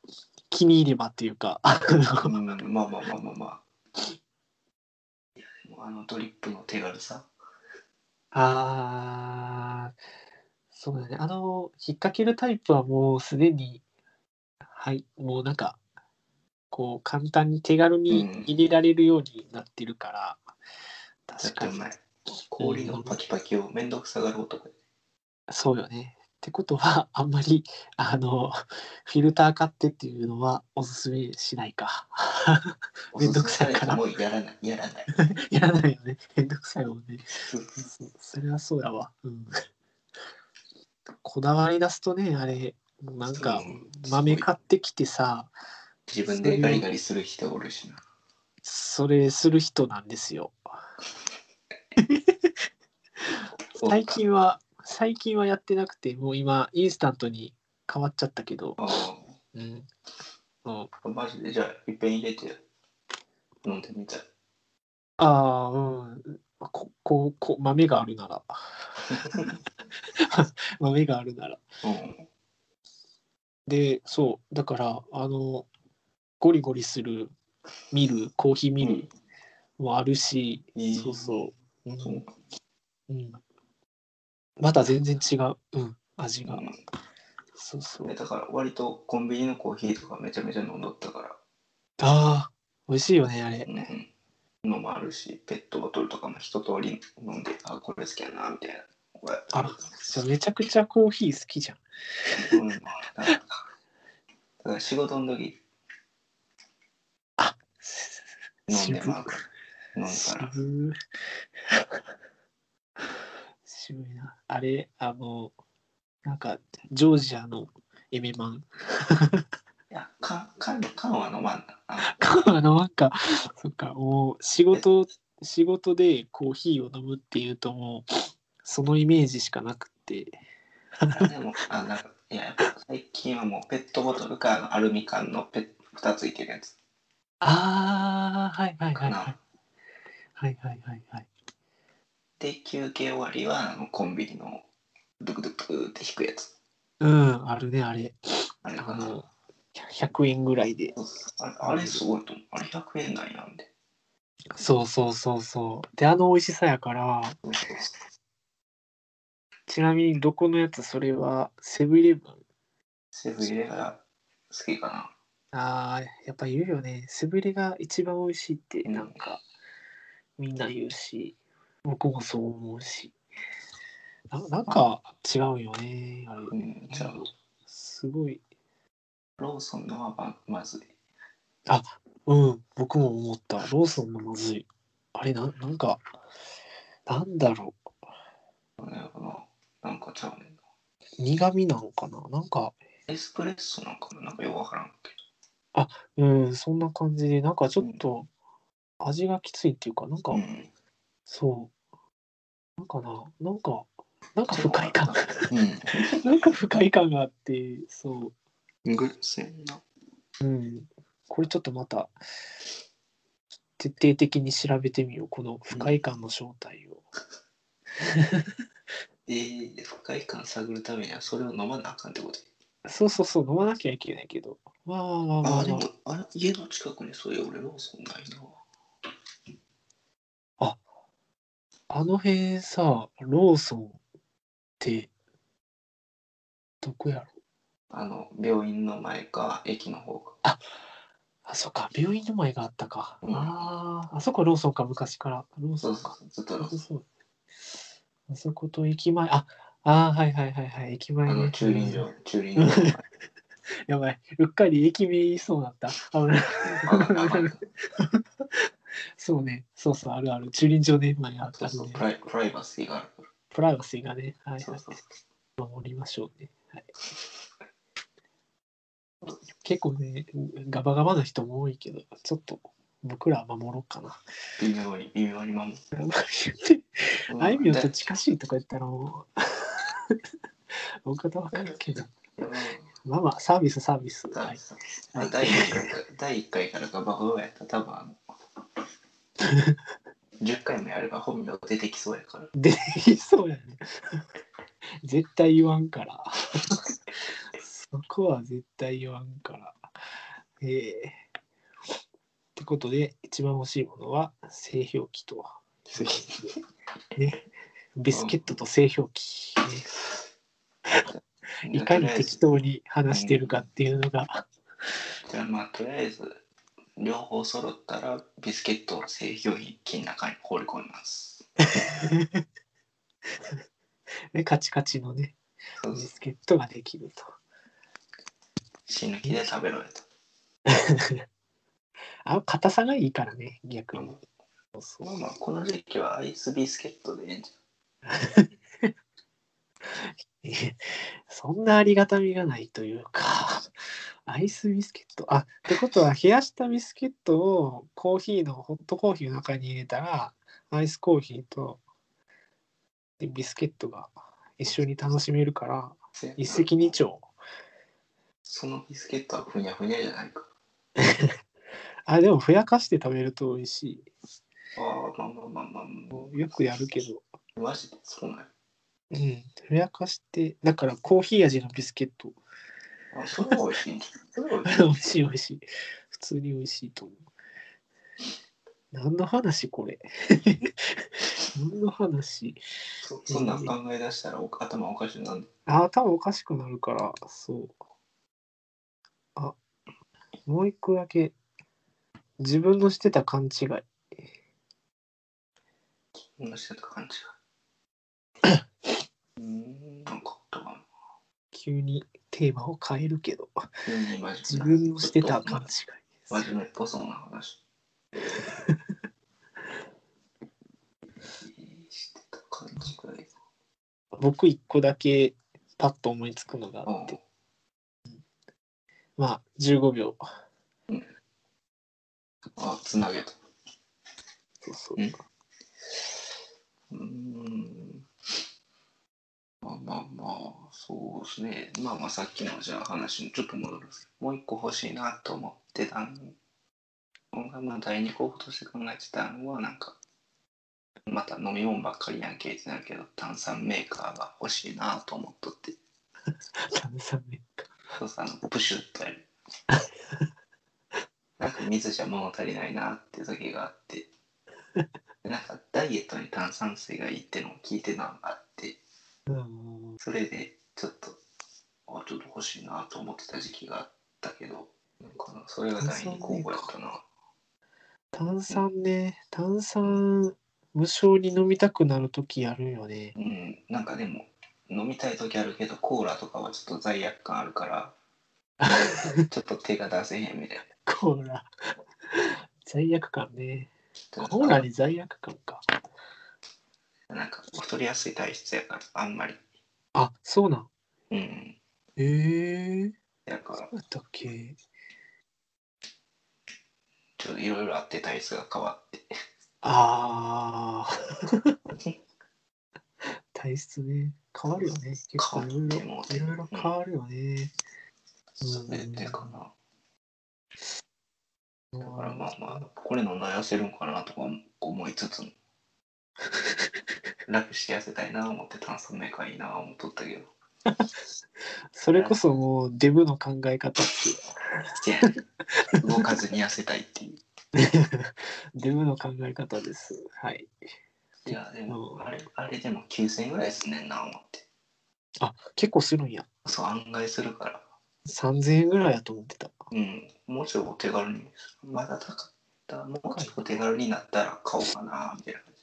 [SPEAKER 1] 気に入ればっていうか、あの
[SPEAKER 2] うんまあまあまあまあまあいやでもあのドリップの手軽さ
[SPEAKER 1] ああ、そうだね。あの、引っ掛けるタイプはもうすでに、はい、もうなんか、こう、簡単に手軽に入れられるようになってるから、
[SPEAKER 2] だっ
[SPEAKER 1] 確
[SPEAKER 2] て
[SPEAKER 1] か
[SPEAKER 2] お
[SPEAKER 1] に、
[SPEAKER 2] 前氷のパキパキをめんどくさがる男や
[SPEAKER 1] そうよね。ってことは、 あんまり、あの、フィルター買ってっていうのはおすすめしないか。
[SPEAKER 2] お
[SPEAKER 1] め
[SPEAKER 2] す
[SPEAKER 1] んどく
[SPEAKER 2] す
[SPEAKER 1] さ
[SPEAKER 2] め
[SPEAKER 1] い
[SPEAKER 2] さ
[SPEAKER 1] か
[SPEAKER 2] れ
[SPEAKER 1] ら
[SPEAKER 2] てもやらないやらない
[SPEAKER 1] やらないよね。めんどくさいもんね。そそれはそうやわ。うん。こだわり出すとね、あれ、もうなんか
[SPEAKER 2] う、ん
[SPEAKER 1] 豆買ってきてさ、
[SPEAKER 2] 自分でガリガリする人おるしな
[SPEAKER 1] それする人なんですよ。最近は、最近はやってなくて、もう今、インスタントに変わっちゃったけど、
[SPEAKER 2] ああ
[SPEAKER 1] うん。うん、
[SPEAKER 2] マジでじゃあいっぺん入れて飲んでみたい
[SPEAKER 1] ああ、うん。こここ豆があるなら 豆があるなら
[SPEAKER 2] うん
[SPEAKER 1] でそうだからあのゴリゴリするミルコーヒーミルもあるし、
[SPEAKER 2] うんいい
[SPEAKER 1] そうそう、うん
[SPEAKER 2] そう
[SPEAKER 1] うんまた全然違う、うん、味が、
[SPEAKER 2] うん
[SPEAKER 1] そうそう
[SPEAKER 2] ねだから割とコンビニのコーヒーとかめちゃめちゃ飲んどったから、
[SPEAKER 1] あー美味しいよねあれ
[SPEAKER 2] うん、のもあるしペットボトルとかも一通り飲んであこれ好きやなみたいなこれ
[SPEAKER 1] あじゃあめちゃくちゃコーヒー好きじゃん
[SPEAKER 2] うんなんかだから仕事の時飲んでまうから飲むから
[SPEAKER 1] 渋い渋いなあれあのなんかジョージアのエメマン
[SPEAKER 2] や、か、かん、かんは飲まんな。あ
[SPEAKER 1] あのなんかそっかもう仕事仕事でコーヒーを飲むっていうともうそのイメージしかなくて
[SPEAKER 2] あでも、あ、なんか、いや、やっぱ最近はもうペットボトルか、あのアルミ缶のペッ、蓋ついてるやつ
[SPEAKER 1] ああはいはいは
[SPEAKER 2] か
[SPEAKER 1] い
[SPEAKER 2] な。
[SPEAKER 1] はいはいはいはいはい
[SPEAKER 2] で、休憩終わりは、あの、コンビニの、ドゥクドゥクドゥクって引くやつ。
[SPEAKER 1] うんあるねあれ
[SPEAKER 2] あれか
[SPEAKER 1] あ
[SPEAKER 2] な
[SPEAKER 1] の。100円ぐらいで
[SPEAKER 2] あれ、あれすごいと思う。あれ100円台なんで。
[SPEAKER 1] そうそうそうそうであの美味しさやから
[SPEAKER 2] そうそうそう
[SPEAKER 1] ちなみにどこのやつそれはセブンイレブン
[SPEAKER 2] セブン入れが好きかな。
[SPEAKER 1] あーやっぱ言うよねセブレが一番美味しいって
[SPEAKER 2] うん
[SPEAKER 1] なんかみんな言うし僕もそう思うしななんか違うよねあれ
[SPEAKER 2] うん、じゃあ、
[SPEAKER 1] すごい
[SPEAKER 2] ローソンのはままずい。
[SPEAKER 1] うん僕も思ったローソンのまずいあれなんなんかなんだろ
[SPEAKER 2] ねこのなんかちゃうねんな。
[SPEAKER 1] う苦味なのかななんか
[SPEAKER 2] エスプレッソなんかもなんかよくわからんけ
[SPEAKER 1] うんそんな感じでなんかちょっと味がきついっていうかなんか、
[SPEAKER 2] ど。うん。
[SPEAKER 1] そうなんかななんかなんか不快感
[SPEAKER 2] う
[SPEAKER 1] なんか不快感があって、そ
[SPEAKER 2] ん。ぐらいせんな。
[SPEAKER 1] う。うん。これちょっとまた、徹底的に調べてみよう。この不快感の正体を。
[SPEAKER 2] えー、不快感探るためにはそれを飲まなあかんってこと
[SPEAKER 1] そうそうそう、飲まなきゃいけないけど。まあまあまあ、ま
[SPEAKER 2] あ
[SPEAKER 1] あ
[SPEAKER 2] ー、でも、あれ、家の近くにそれ俺ローソンないな。
[SPEAKER 1] あの辺さ、ローソンって、どこやろ
[SPEAKER 2] あの、病院の前か、駅の方か。
[SPEAKER 1] あ、そっか、病院の前があったか。
[SPEAKER 2] うん
[SPEAKER 1] ああ、あそこローソンか、昔から。ローソ
[SPEAKER 2] そう
[SPEAKER 1] ン
[SPEAKER 2] そ
[SPEAKER 1] か。
[SPEAKER 2] うそう、ずっとローソン
[SPEAKER 1] そうあそこと駅前、あ、あーはいはいはいはい、駅前
[SPEAKER 2] あ
[SPEAKER 1] ね
[SPEAKER 2] の、駐輪場、駐輪場の前。
[SPEAKER 1] やばい、うっかり駅名言いそうだった。あの
[SPEAKER 2] あなんか あの
[SPEAKER 1] そうね、そうそう、あるある。駐輪場ね、前あった
[SPEAKER 2] そう
[SPEAKER 1] ね
[SPEAKER 2] そう、プライプライバシーがあるか
[SPEAKER 1] プライバシーがね、は
[SPEAKER 2] ら。
[SPEAKER 1] い、
[SPEAKER 2] そ
[SPEAKER 1] は
[SPEAKER 2] う
[SPEAKER 1] い
[SPEAKER 2] そうそ
[SPEAKER 1] 守りましょうね。はい、結構ね、ガバガバな人も多いけど、ちょっと僕らは守ろうか な。
[SPEAKER 2] う。微妙に、微妙に守って。
[SPEAKER 1] あいみょんと
[SPEAKER 2] で
[SPEAKER 1] 近しいとか言ったらも う、お方わかるけど、まあまあ、サービス、サービス。はい、
[SPEAKER 2] まあ第1回から第一回からガバガバやったら多 分あの10回もやれば本名出てきそうや から
[SPEAKER 1] できそうやね。 絶対言わんから。そこは絶対言わんから。ええってことで、一番欲しいものは製氷機と。ね、ビスケットと製氷機、ね。いかに適当に話してるかっていうのが、
[SPEAKER 2] じゃあまあとりあえず両方揃ったらビスケットを製氷機の中に放り込みます
[SPEAKER 1] ね、カチカチのね、
[SPEAKER 2] そう
[SPEAKER 1] ビ
[SPEAKER 2] そう
[SPEAKER 1] スケットができると。
[SPEAKER 2] 死ぬ気で食べろやと
[SPEAKER 1] あの硬さがいいからね、逆に。そうそう
[SPEAKER 2] まあまあこの時期はアイスビスケットでええんじ
[SPEAKER 1] えー そんなありがたみがないというか、 アイスビスケット。あ、ってことは、冷やしたビスケットをコーヒーの、ホットコーヒーの中に入れたら、アイスコーヒーとでビスケットが一緒に楽しめるから、
[SPEAKER 2] ゃん
[SPEAKER 1] 一石二鳥。
[SPEAKER 2] そのビスケットはふにゃふにゃじゃないか
[SPEAKER 1] あ、でも、ふやかして食べると美味しい。
[SPEAKER 2] ああまあまあまあまあま
[SPEAKER 1] よくやるけど、
[SPEAKER 2] あマジでそうなんや
[SPEAKER 1] うん、ふやかして、だからコーヒー味のビスケット。
[SPEAKER 2] あそれは美味しいんじゃんそれは美味し
[SPEAKER 1] 美味し
[SPEAKER 2] い
[SPEAKER 1] い美味しい。普通に美味しいと思う。何の話これ 何の話
[SPEAKER 2] そそんなん考え出したらお頭おかしいなんで。
[SPEAKER 1] あ頭おかしくなるから、そう。あ、もう一個だけ。自分のしてた勘違い。
[SPEAKER 2] こんなしてた感じ が。うーん、なんかあったかな。
[SPEAKER 1] 急にテーマを変えるけど。
[SPEAKER 2] 急に真面目な
[SPEAKER 1] 自分のしてた勘違い。
[SPEAKER 2] 真面目っぽそうな話。してた感じがいい。
[SPEAKER 1] 僕一個だけパッと思いつくのがあ
[SPEAKER 2] あ
[SPEAKER 1] って。まあ、15秒。
[SPEAKER 2] あ、つなげた。
[SPEAKER 1] そうそう
[SPEAKER 2] うんうーん。まあまあまあ、そうですね。まあまあ、さっきのじゃあ話にちょっと戻るんですけど、もう一個欲しいなと思ってたのが、まあ、第二候補として考えてたのは、なんか、また飲み物ばっかりやんけってなるけど、炭酸メーカーが欲しいなと思っとって、
[SPEAKER 1] 炭酸メーカー
[SPEAKER 2] そうそうあのプシュッとやる。なんか水じゃ物足りないなって時があって、なんかダイエットに炭酸水がいいってのを聞いてたのがあって、
[SPEAKER 1] うん
[SPEAKER 2] それでちょっとあちょっと欲しいなと思ってた時期があったけどなんかなそれが第二候補やったな
[SPEAKER 1] 炭酸ね、炭酸、無性に飲みたくなるときあるよね。
[SPEAKER 2] うんなんかでも飲みたい時あるけどコーラとかはちょっと罪悪感あるからちょっと手が出せへんみたいな
[SPEAKER 1] コーラ。 罪悪感ね。
[SPEAKER 2] ちょっと
[SPEAKER 1] コーラに罪悪感か。
[SPEAKER 2] なんか太りやすい体質やからあんまり
[SPEAKER 1] あ、そうなん。
[SPEAKER 2] うん
[SPEAKER 1] ええ
[SPEAKER 2] だから
[SPEAKER 1] そうだったっけ
[SPEAKER 2] ちょっといろいろあって体質が変わって
[SPEAKER 1] ああ。体質ね。変わるよね。結構いろい
[SPEAKER 2] 変わって
[SPEAKER 1] ろ。い
[SPEAKER 2] もう
[SPEAKER 1] ろいろ変わるよね。
[SPEAKER 2] それでかなだからまあまあこれの悩せるんかなとか思いつつも楽して痩せたいな思って炭酸メーカーいいな思っとったけど
[SPEAKER 1] それこそもうデブの考え方っていう
[SPEAKER 2] せやねん動かずに痩せたいっていう
[SPEAKER 1] デブの考え方です。はい。
[SPEAKER 2] いやでも
[SPEAKER 1] うん
[SPEAKER 2] あれあれでも9000円ぐらいすんねんな思って
[SPEAKER 1] あ、結構するんや。
[SPEAKER 2] そう案外するから
[SPEAKER 1] 3000円ぐらいやと思ってた。
[SPEAKER 2] うんもうちょいお手軽にまだ高かったもうちょいお手軽になったら買おうかなみたいな感じ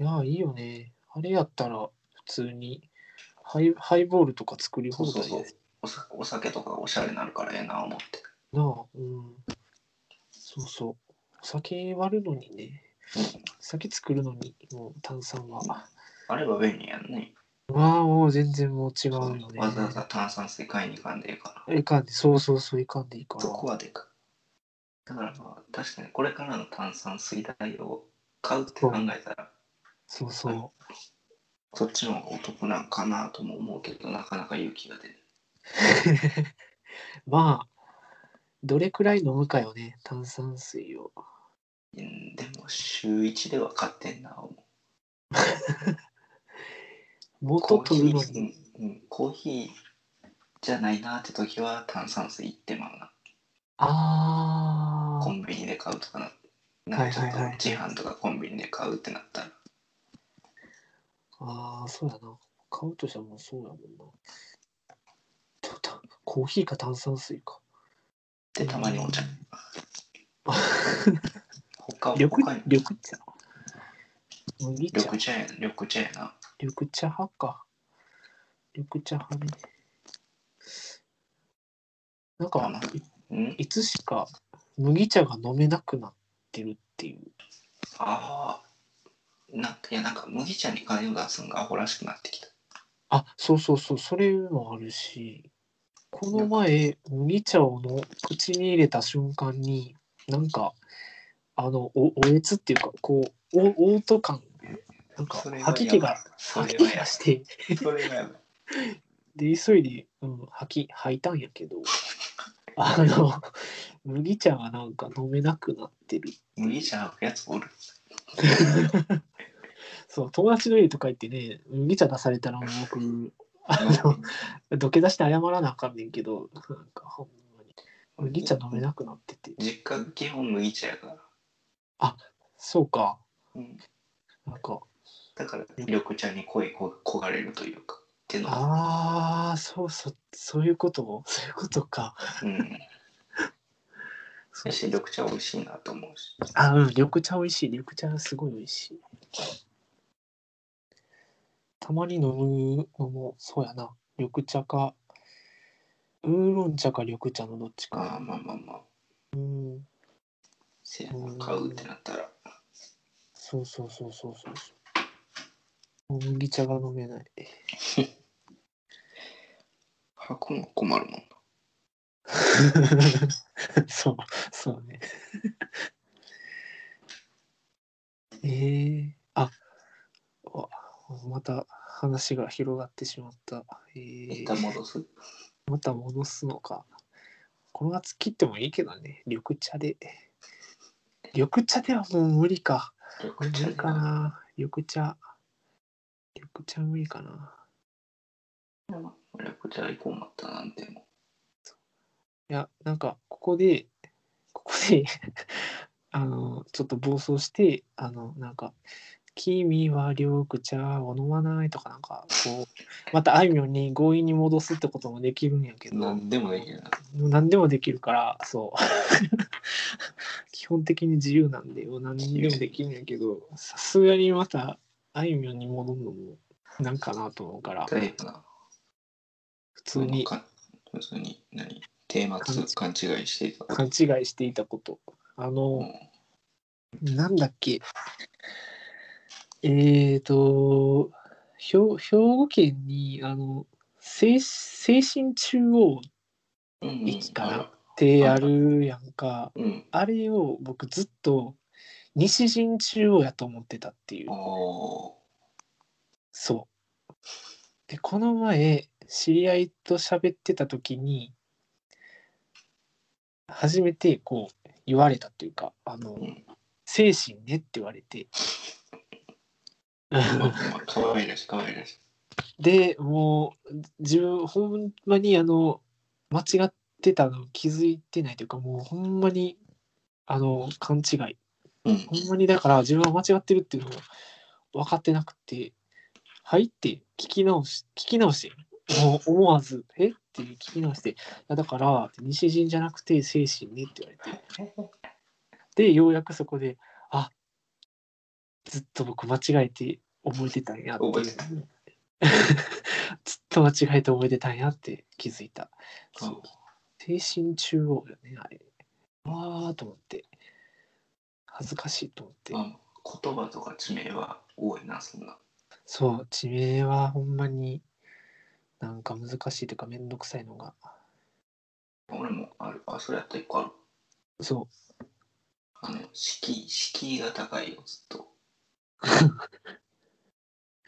[SPEAKER 1] いやー、いいよね。あれやったら普通にハイハイボールとか作り
[SPEAKER 2] そ
[SPEAKER 1] 放
[SPEAKER 2] う
[SPEAKER 1] 題
[SPEAKER 2] そう
[SPEAKER 1] や
[SPEAKER 2] そうお酒お酒とかおしゃれになるからええな思って
[SPEAKER 1] なあ、うん。そうそう。お酒割るのにね、酒作るのに、もう炭酸は。
[SPEAKER 2] あれば便利やんね
[SPEAKER 1] わあ、もう全然もう違うよね。
[SPEAKER 2] わざわざ炭酸水買いに行かんでいいから
[SPEAKER 1] いかんで、そうそうそう、いかんでいいから
[SPEAKER 2] そ。こはでかい。だからまあ確かにこれからの炭酸水代を買うって考えたら
[SPEAKER 1] そうそ
[SPEAKER 2] そっちの方がお得なんかなとも思うけどなかなか勇気が出る。
[SPEAKER 1] う。まあ、どれくらい飲むかよね、炭酸水を。
[SPEAKER 2] うんでも週一では買ってんな思う。
[SPEAKER 1] 元
[SPEAKER 2] コーヒ
[SPEAKER 1] 取るのに。
[SPEAKER 2] ー、うんうん、コーヒーじゃないなって時は炭酸水行ってまうな。
[SPEAKER 1] あ
[SPEAKER 2] コ
[SPEAKER 1] あ、
[SPEAKER 2] ンビニで買うとかなって。なんかちょ
[SPEAKER 1] は
[SPEAKER 2] っと
[SPEAKER 1] いはいはい
[SPEAKER 2] 自販とかコンビニで買うってなったら。
[SPEAKER 1] ああ、そうやな。買うとしたらもうそうやもんな。 ちょっとコーヒーか炭酸水か。
[SPEAKER 2] でたまに お茶。
[SPEAKER 1] あ
[SPEAKER 2] 他
[SPEAKER 1] 緑
[SPEAKER 2] 他に
[SPEAKER 1] 緑茶。麦茶。
[SPEAKER 2] 緑茶や緑茶やな。
[SPEAKER 1] 緑茶派か。緑茶派ね。なん
[SPEAKER 2] あ
[SPEAKER 1] か
[SPEAKER 2] まあ、
[SPEAKER 1] い
[SPEAKER 2] うん
[SPEAKER 1] いつしか麦茶が飲めなくなってるっていう。
[SPEAKER 2] ああ、なんか、いや、なんか麦茶に金を出すのがアホらしくなってきた。
[SPEAKER 1] あ、そうそうそう、それもあるし、この前、麦茶をの口に入れた瞬間に、なんか、あの、おおえつっていうか、こう、お嘔吐感、なんか
[SPEAKER 2] それ、は
[SPEAKER 1] 吐き気
[SPEAKER 2] やば
[SPEAKER 1] が
[SPEAKER 2] い、そ
[SPEAKER 1] 吐
[SPEAKER 2] れ
[SPEAKER 1] き
[SPEAKER 2] は
[SPEAKER 1] 気
[SPEAKER 2] やば
[SPEAKER 1] が
[SPEAKER 2] い
[SPEAKER 1] して、
[SPEAKER 2] それがやばい。
[SPEAKER 1] で、急いで、うん、吐き、吐いたんやけど、 あの、麦茶がなんか飲めなくなってる。
[SPEAKER 2] 麦茶のやつおる。
[SPEAKER 1] そう、友達の家とか行ってね、麦茶出されたらもう僕、あの、どけ出して謝らなあかんねんけど、なんかほんまに、麦茶飲めなくなってて。
[SPEAKER 2] 実家基本麦茶やから。
[SPEAKER 1] そうか、
[SPEAKER 2] うん、
[SPEAKER 1] なんか、
[SPEAKER 2] だから緑茶に恋いこ焦がれるというか。っていうのは、
[SPEAKER 1] ああ、そうそう、そういうことそういうことか。
[SPEAKER 2] うん。
[SPEAKER 1] そ
[SPEAKER 2] そうして緑茶美味しいなと思うし。
[SPEAKER 1] あうん、緑茶美味しい、緑茶すごい美味しい。たまに飲むのも、そうやな、緑茶か、ウーロン茶か緑茶のどっち
[SPEAKER 2] ああ、
[SPEAKER 1] か。
[SPEAKER 2] まあまあまあ。
[SPEAKER 1] うん、
[SPEAKER 2] せやな、買うってなったら。
[SPEAKER 1] そうそうそうそうそうそう。麦茶が飲めない。
[SPEAKER 2] 箱も困るもんな。
[SPEAKER 1] そう、そうね。 ええああまた話が広がってしまった。え
[SPEAKER 2] 一
[SPEAKER 1] え
[SPEAKER 2] 旦戻す
[SPEAKER 1] また戻すのか。この夏切ってもいいけどね、緑茶で。緑茶ではもう無理か。無
[SPEAKER 2] 緑茶
[SPEAKER 1] 理
[SPEAKER 2] で
[SPEAKER 1] か
[SPEAKER 2] は
[SPEAKER 1] な。緑茶。緑茶無理かな。
[SPEAKER 2] 緑茶以降またなんても
[SPEAKER 1] いや、なんか、ここで、ここで、 あの、ちょっと暴走して、あの、なんか、君は緑茶を飲まないとか、なんか、こう、またあいみょんに強引に戻すってこともできるんやけど、
[SPEAKER 2] 何でもできるな
[SPEAKER 1] 何でもできるから、そう。 基本的に自由なんで、何にでもできるんやけど、さすがにまた、あいみょんに戻るのも、なんかなと思うから、
[SPEAKER 2] タイプな
[SPEAKER 1] 普通に
[SPEAKER 2] か普通に何テーマ2勘違いしていた
[SPEAKER 1] 勘違いしていたこと。あの、
[SPEAKER 2] うん
[SPEAKER 1] なんだっけ。えーと、兵兵庫県に、あの、精精神中央っ
[SPEAKER 2] うん
[SPEAKER 1] いつか
[SPEAKER 2] あ
[SPEAKER 1] な
[SPEAKER 2] ら
[SPEAKER 1] てあるやんか、
[SPEAKER 2] うん
[SPEAKER 1] あれを僕ずっと西陣中央やと思ってたっていう
[SPEAKER 2] お。お
[SPEAKER 1] そう。で、この前、知り合いと喋ってた時に、初めてこう言われたというか、あの、
[SPEAKER 2] うん
[SPEAKER 1] 精神ねって言われて。
[SPEAKER 2] ーまあまあ可愛いらしい可愛いらしい
[SPEAKER 1] でもう自分ほんまにあの間違ってたの気づいてないというかもうほんまにあの勘違い
[SPEAKER 2] うん
[SPEAKER 1] ほんまにだから自分は間違ってるっていうのが分かってなくて「はい」って聞き直し聞き直してもう思わず「えっ?」て聞き直して「いやだから西陣じゃなくて精神ね」って言われてでようやくそこであずっと僕間違えて覚えてたんやっていう
[SPEAKER 2] 覚えてた
[SPEAKER 1] ずっと間違えて覚えてたんやって気づいた
[SPEAKER 2] あ
[SPEAKER 1] そう精神中央よねあれわあと思って恥ずかしいと思って
[SPEAKER 2] まあ言葉とか地名は多いなそんな
[SPEAKER 1] そう地名はほんまになんか難しいというかめんどくさいのが
[SPEAKER 2] 俺もあるあそれやったら一個ある
[SPEAKER 1] そ
[SPEAKER 2] あの敷居敷居が高いよずっ と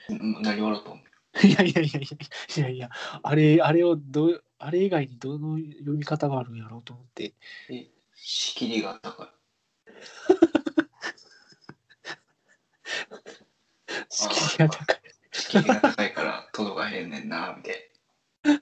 [SPEAKER 2] うん何笑うと思
[SPEAKER 1] ういやいやいやいやいやいやあれあれをどうあれ以外にどの読み方があるんやろうと思って
[SPEAKER 2] うえ仕切りが高い
[SPEAKER 1] 敷居が高い
[SPEAKER 2] 仕切りが高いから届かへんねんなみたい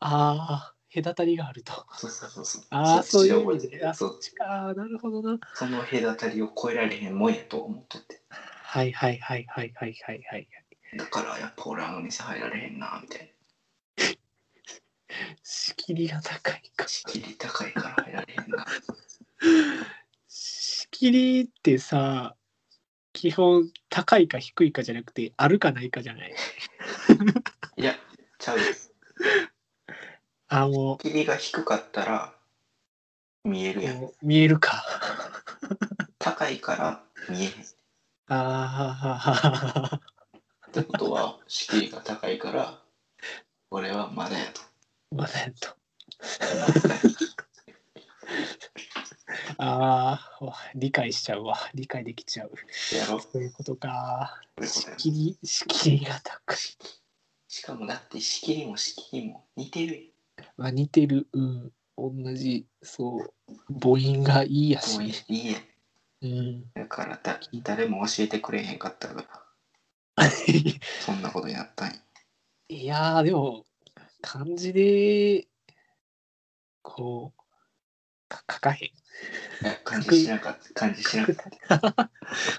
[SPEAKER 1] ああ、隔たりがあると。
[SPEAKER 2] なそうそうそうそう
[SPEAKER 1] ああ、そ
[SPEAKER 2] そっ
[SPEAKER 1] う
[SPEAKER 2] ち
[SPEAKER 1] い
[SPEAKER 2] で
[SPEAKER 1] う意
[SPEAKER 2] 覚え
[SPEAKER 1] 味
[SPEAKER 2] て
[SPEAKER 1] で。あ
[SPEAKER 2] るそ
[SPEAKER 1] そうっちか。なるほどな。
[SPEAKER 2] その隔たりを越えられへんもんやと思っとって
[SPEAKER 1] はいはいはいはいはいはいはい。
[SPEAKER 2] だからやっぱ俺あの店入られへんなみたいな
[SPEAKER 1] 仕切りが高いか。
[SPEAKER 2] 仕切り高いから入られへ んな
[SPEAKER 1] 仕切りってさ、基本高いか低いかじゃなくて、あるかないかじゃない。
[SPEAKER 2] いやちゃうよ
[SPEAKER 1] あも
[SPEAKER 2] 仕切りが低かったら見え
[SPEAKER 1] う
[SPEAKER 2] るやん
[SPEAKER 1] こう見えるか。
[SPEAKER 2] 高いから見えへん
[SPEAKER 1] ああ、
[SPEAKER 2] ってことは敷居が高いから俺はまだやと
[SPEAKER 1] まだやっと。ああ、理解しちゃうわ。理解できちゃう。
[SPEAKER 2] やろ
[SPEAKER 1] そういうことか。
[SPEAKER 2] ういうこ
[SPEAKER 1] 仕
[SPEAKER 2] とや
[SPEAKER 1] 切り、仕切りが高い。
[SPEAKER 2] しかもだって仕切りも仕切りも似てる
[SPEAKER 1] まあ、似てる、うん、同じ、そう、母音がいいや
[SPEAKER 2] やんもうい
[SPEAKER 1] し、
[SPEAKER 2] いやん
[SPEAKER 1] うん、
[SPEAKER 2] だからだ誰も教えてくれへんかったからそんなことになったんや
[SPEAKER 1] いやー、でも、漢字で、こう、か書かへん。
[SPEAKER 2] いや感じしなかった感じしなかっ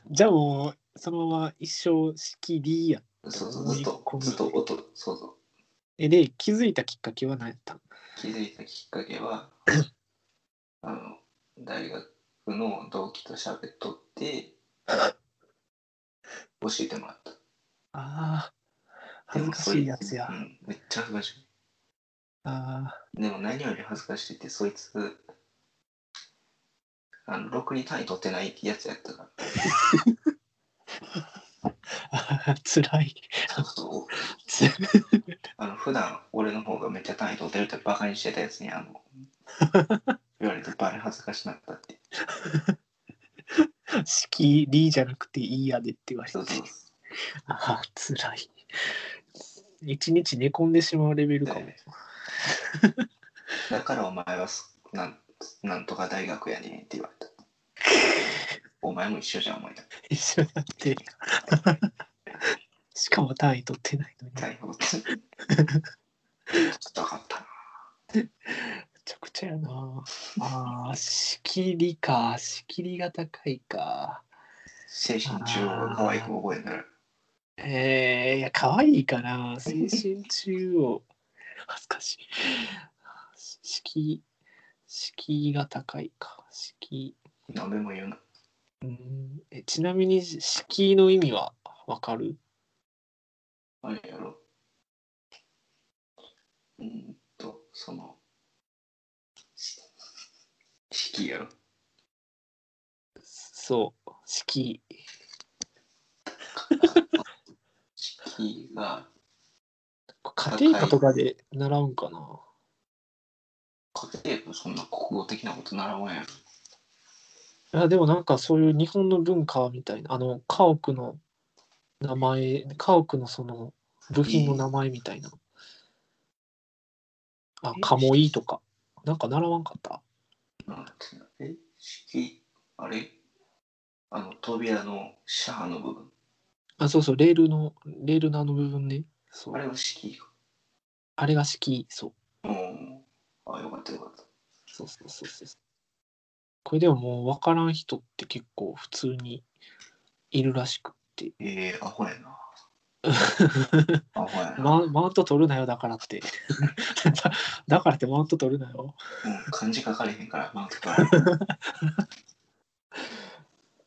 [SPEAKER 1] じゃあもう、そのまま一生式 D や。
[SPEAKER 2] たそうそうずっとずっと音そうそう
[SPEAKER 1] え、で、気づいたきっかけは何やったん
[SPEAKER 2] 気づいたきっかけ はあの大学の同期と喋っとって教えてもらった
[SPEAKER 1] ああ、恥ずかしいやつや
[SPEAKER 2] う。ん、めっちゃ恥ずかし
[SPEAKER 1] ああ、
[SPEAKER 2] いでも何より恥ずかしいってそいつあのろくに単位取ってないやつやったから
[SPEAKER 1] つらい。
[SPEAKER 2] そうそう
[SPEAKER 1] つ
[SPEAKER 2] あの普段俺の方がめって単位取ってるってバカにしてたやつにあの言われてバレ恥ずかしなったって
[SPEAKER 1] しきりじゃなくていいやでって言われて
[SPEAKER 2] そうそう
[SPEAKER 1] ああつらい一日寝込んでしまうレベルかも、
[SPEAKER 2] ねだからお前はすなんなんとか大学やねんって言われたお前も一緒じゃんお前だ
[SPEAKER 1] 一緒になってる しかも単位取ってないのにめ
[SPEAKER 2] 大学ってだかったな
[SPEAKER 1] ちゃくちゃやなあー仕切りか仕切りが高いか
[SPEAKER 2] 精神中央が可愛く覚えになる
[SPEAKER 1] えー、いや可愛いかな精神中央恥ずかしい敷居敷居が高いか敷居
[SPEAKER 2] 何でも言うな
[SPEAKER 1] うんえちなみに敷居の意味はわかる
[SPEAKER 2] あれやろうーんとそのし式やろ
[SPEAKER 1] そう敷居
[SPEAKER 2] 式が
[SPEAKER 1] 家庭科とかで習うんかな
[SPEAKER 2] 家庭部そんな国語的なこと習わんやろ
[SPEAKER 1] いやでもなんかそういう日本の文化みたいなあの家屋の名前家屋のその部品の名前みたいな、あ
[SPEAKER 2] え
[SPEAKER 1] カモイとかなんか習わんかった
[SPEAKER 2] なんていうのえ式あれあの扉のシャアの部分
[SPEAKER 1] あそうそうレールのレールのあの部分ねそうあ
[SPEAKER 2] あ
[SPEAKER 1] れ
[SPEAKER 2] れは式か
[SPEAKER 1] が式そう
[SPEAKER 2] うんあよかったよかった
[SPEAKER 1] そうそうそうそうこれでももう分からん人って結構普通にいるらしくって
[SPEAKER 2] ええアホや なアホやな、
[SPEAKER 1] ママウント取るなよだからって だだからってマウント取るなよ
[SPEAKER 2] もう漢字書かれへんからマウント取られへん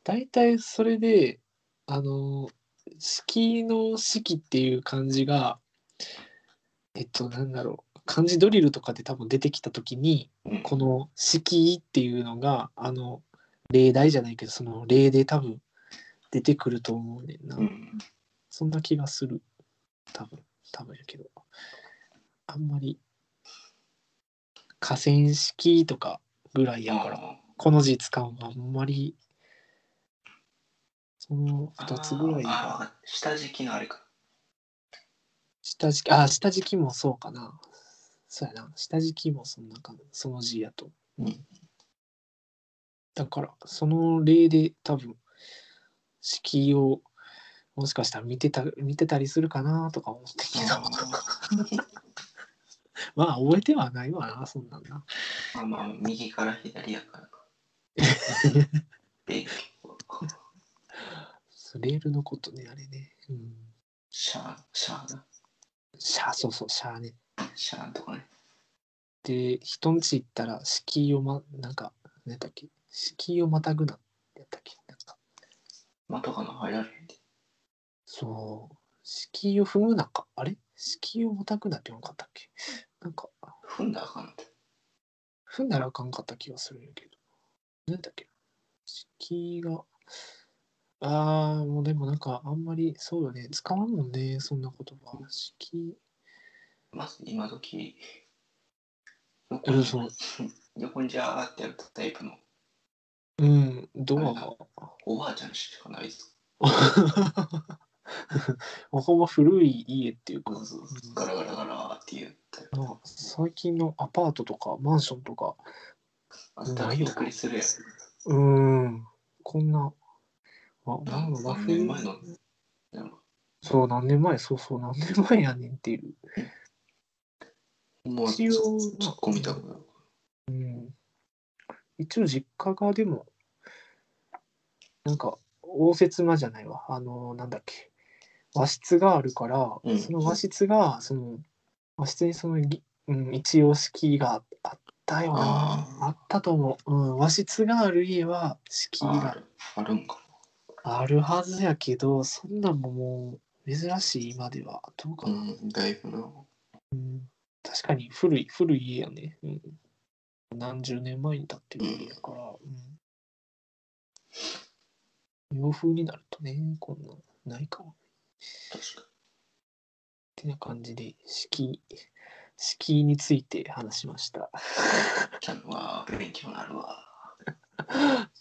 [SPEAKER 1] 大体それであの式の式っていう漢字がえっとなんだろう漢字ドリルとかで多分出てきた時に
[SPEAKER 2] うん
[SPEAKER 1] この式っていうのがあの例題じゃないけどその例で多分出てくると思うねんな、
[SPEAKER 2] うん
[SPEAKER 1] そんな気がする多分多分やけどあんまり河川式とかぐらいやから
[SPEAKER 2] うん
[SPEAKER 1] この字使うのはあんまりその2つぐらい
[SPEAKER 2] あーあーわ
[SPEAKER 1] が
[SPEAKER 2] かった下敷きのあれか
[SPEAKER 1] 下敷きあ下敷きもそうかなそうやな下敷きもそんな感じその字やと、
[SPEAKER 2] うん
[SPEAKER 1] だからその例で多分式をもしかしたら見てた見てたりするかなとか思ってけど
[SPEAKER 2] あ
[SPEAKER 1] まあ覚えてはないわなそんなんな
[SPEAKER 2] ーまあまあ右から左 やからか勉強
[SPEAKER 1] レールのことねあれねうん
[SPEAKER 2] シャーシャーだ
[SPEAKER 1] シャーそうそうシャーね
[SPEAKER 2] シャーとかね
[SPEAKER 1] で人ん家行ったら敷居をまなんか何だっけ敷居をまたぐなやったっけなんか
[SPEAKER 2] まとかの入られへんで
[SPEAKER 1] そう敷居を踏むなかあれ敷居をまたぐなって言わんかったっけなんか
[SPEAKER 2] 踏んだらあかんのて
[SPEAKER 1] 踏んだらあかんかった気がするんやけど何だっけ敷居があーもうでもなんかあんまりそうよね使わんもんねそんな言葉敷居
[SPEAKER 2] まず今時横
[SPEAKER 1] うん
[SPEAKER 2] に
[SPEAKER 1] そう
[SPEAKER 2] 横にジャーってやるタイプの
[SPEAKER 1] うんド アが
[SPEAKER 2] おばあちゃんしかないです
[SPEAKER 1] ほんま古い家っていうか
[SPEAKER 2] そうそうガラガラガラーっていうタイプ
[SPEAKER 1] な最近のアパートとかマンションとか
[SPEAKER 2] あったらびっくりするやん
[SPEAKER 1] うーんこんなあなんか和
[SPEAKER 2] 3
[SPEAKER 1] 風
[SPEAKER 2] 年前のなんか
[SPEAKER 1] そう何年前そうそう何年前やねんっていう、
[SPEAKER 2] もう
[SPEAKER 1] 一
[SPEAKER 2] 突
[SPEAKER 1] 応
[SPEAKER 2] っ込みたくなる
[SPEAKER 1] うん、一応実家がでもなんか応接間じゃないわあのなんだっけ和室があるから、
[SPEAKER 2] うん
[SPEAKER 1] その和室がその和室にそのぎ、うん、一応敷居がああったよな
[SPEAKER 2] あ
[SPEAKER 1] あったと思う、うん、和室がある家は敷居が
[SPEAKER 2] あるあるんか
[SPEAKER 1] あるはずやけど、そんなんももう珍しい今では。どうか
[SPEAKER 2] う
[SPEAKER 1] な、
[SPEAKER 2] んだいぶな
[SPEAKER 1] うん確かに古い、古い家やね。うん、何十年前に建ってる家やから、うん洋風になるとね、こんなんないかも。っ
[SPEAKER 2] 確か
[SPEAKER 1] てな感じで、式、敷居について話しました。
[SPEAKER 2] ちゃんは勉強になるわ。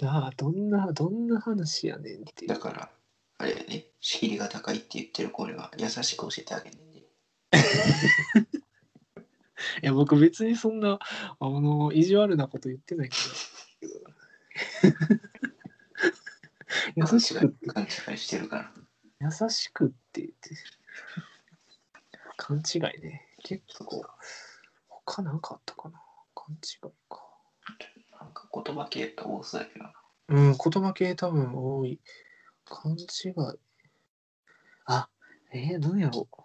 [SPEAKER 1] なあどんなどんな話やねんっていう
[SPEAKER 2] だから、あれやね、仕切りが高いって言ってる子には優しく教えてあげんねんね。
[SPEAKER 1] いや僕別にそんなあの意地悪なこと言ってないけ ど優しくって
[SPEAKER 2] 勘違いしてるから。
[SPEAKER 1] 優しくって言って勘違いね結構他なんかあったかな勘違いか
[SPEAKER 2] なんか言葉系が多そうやけどな。
[SPEAKER 1] うん、言葉系多分多い。勘違い。あ、えー、何やろう。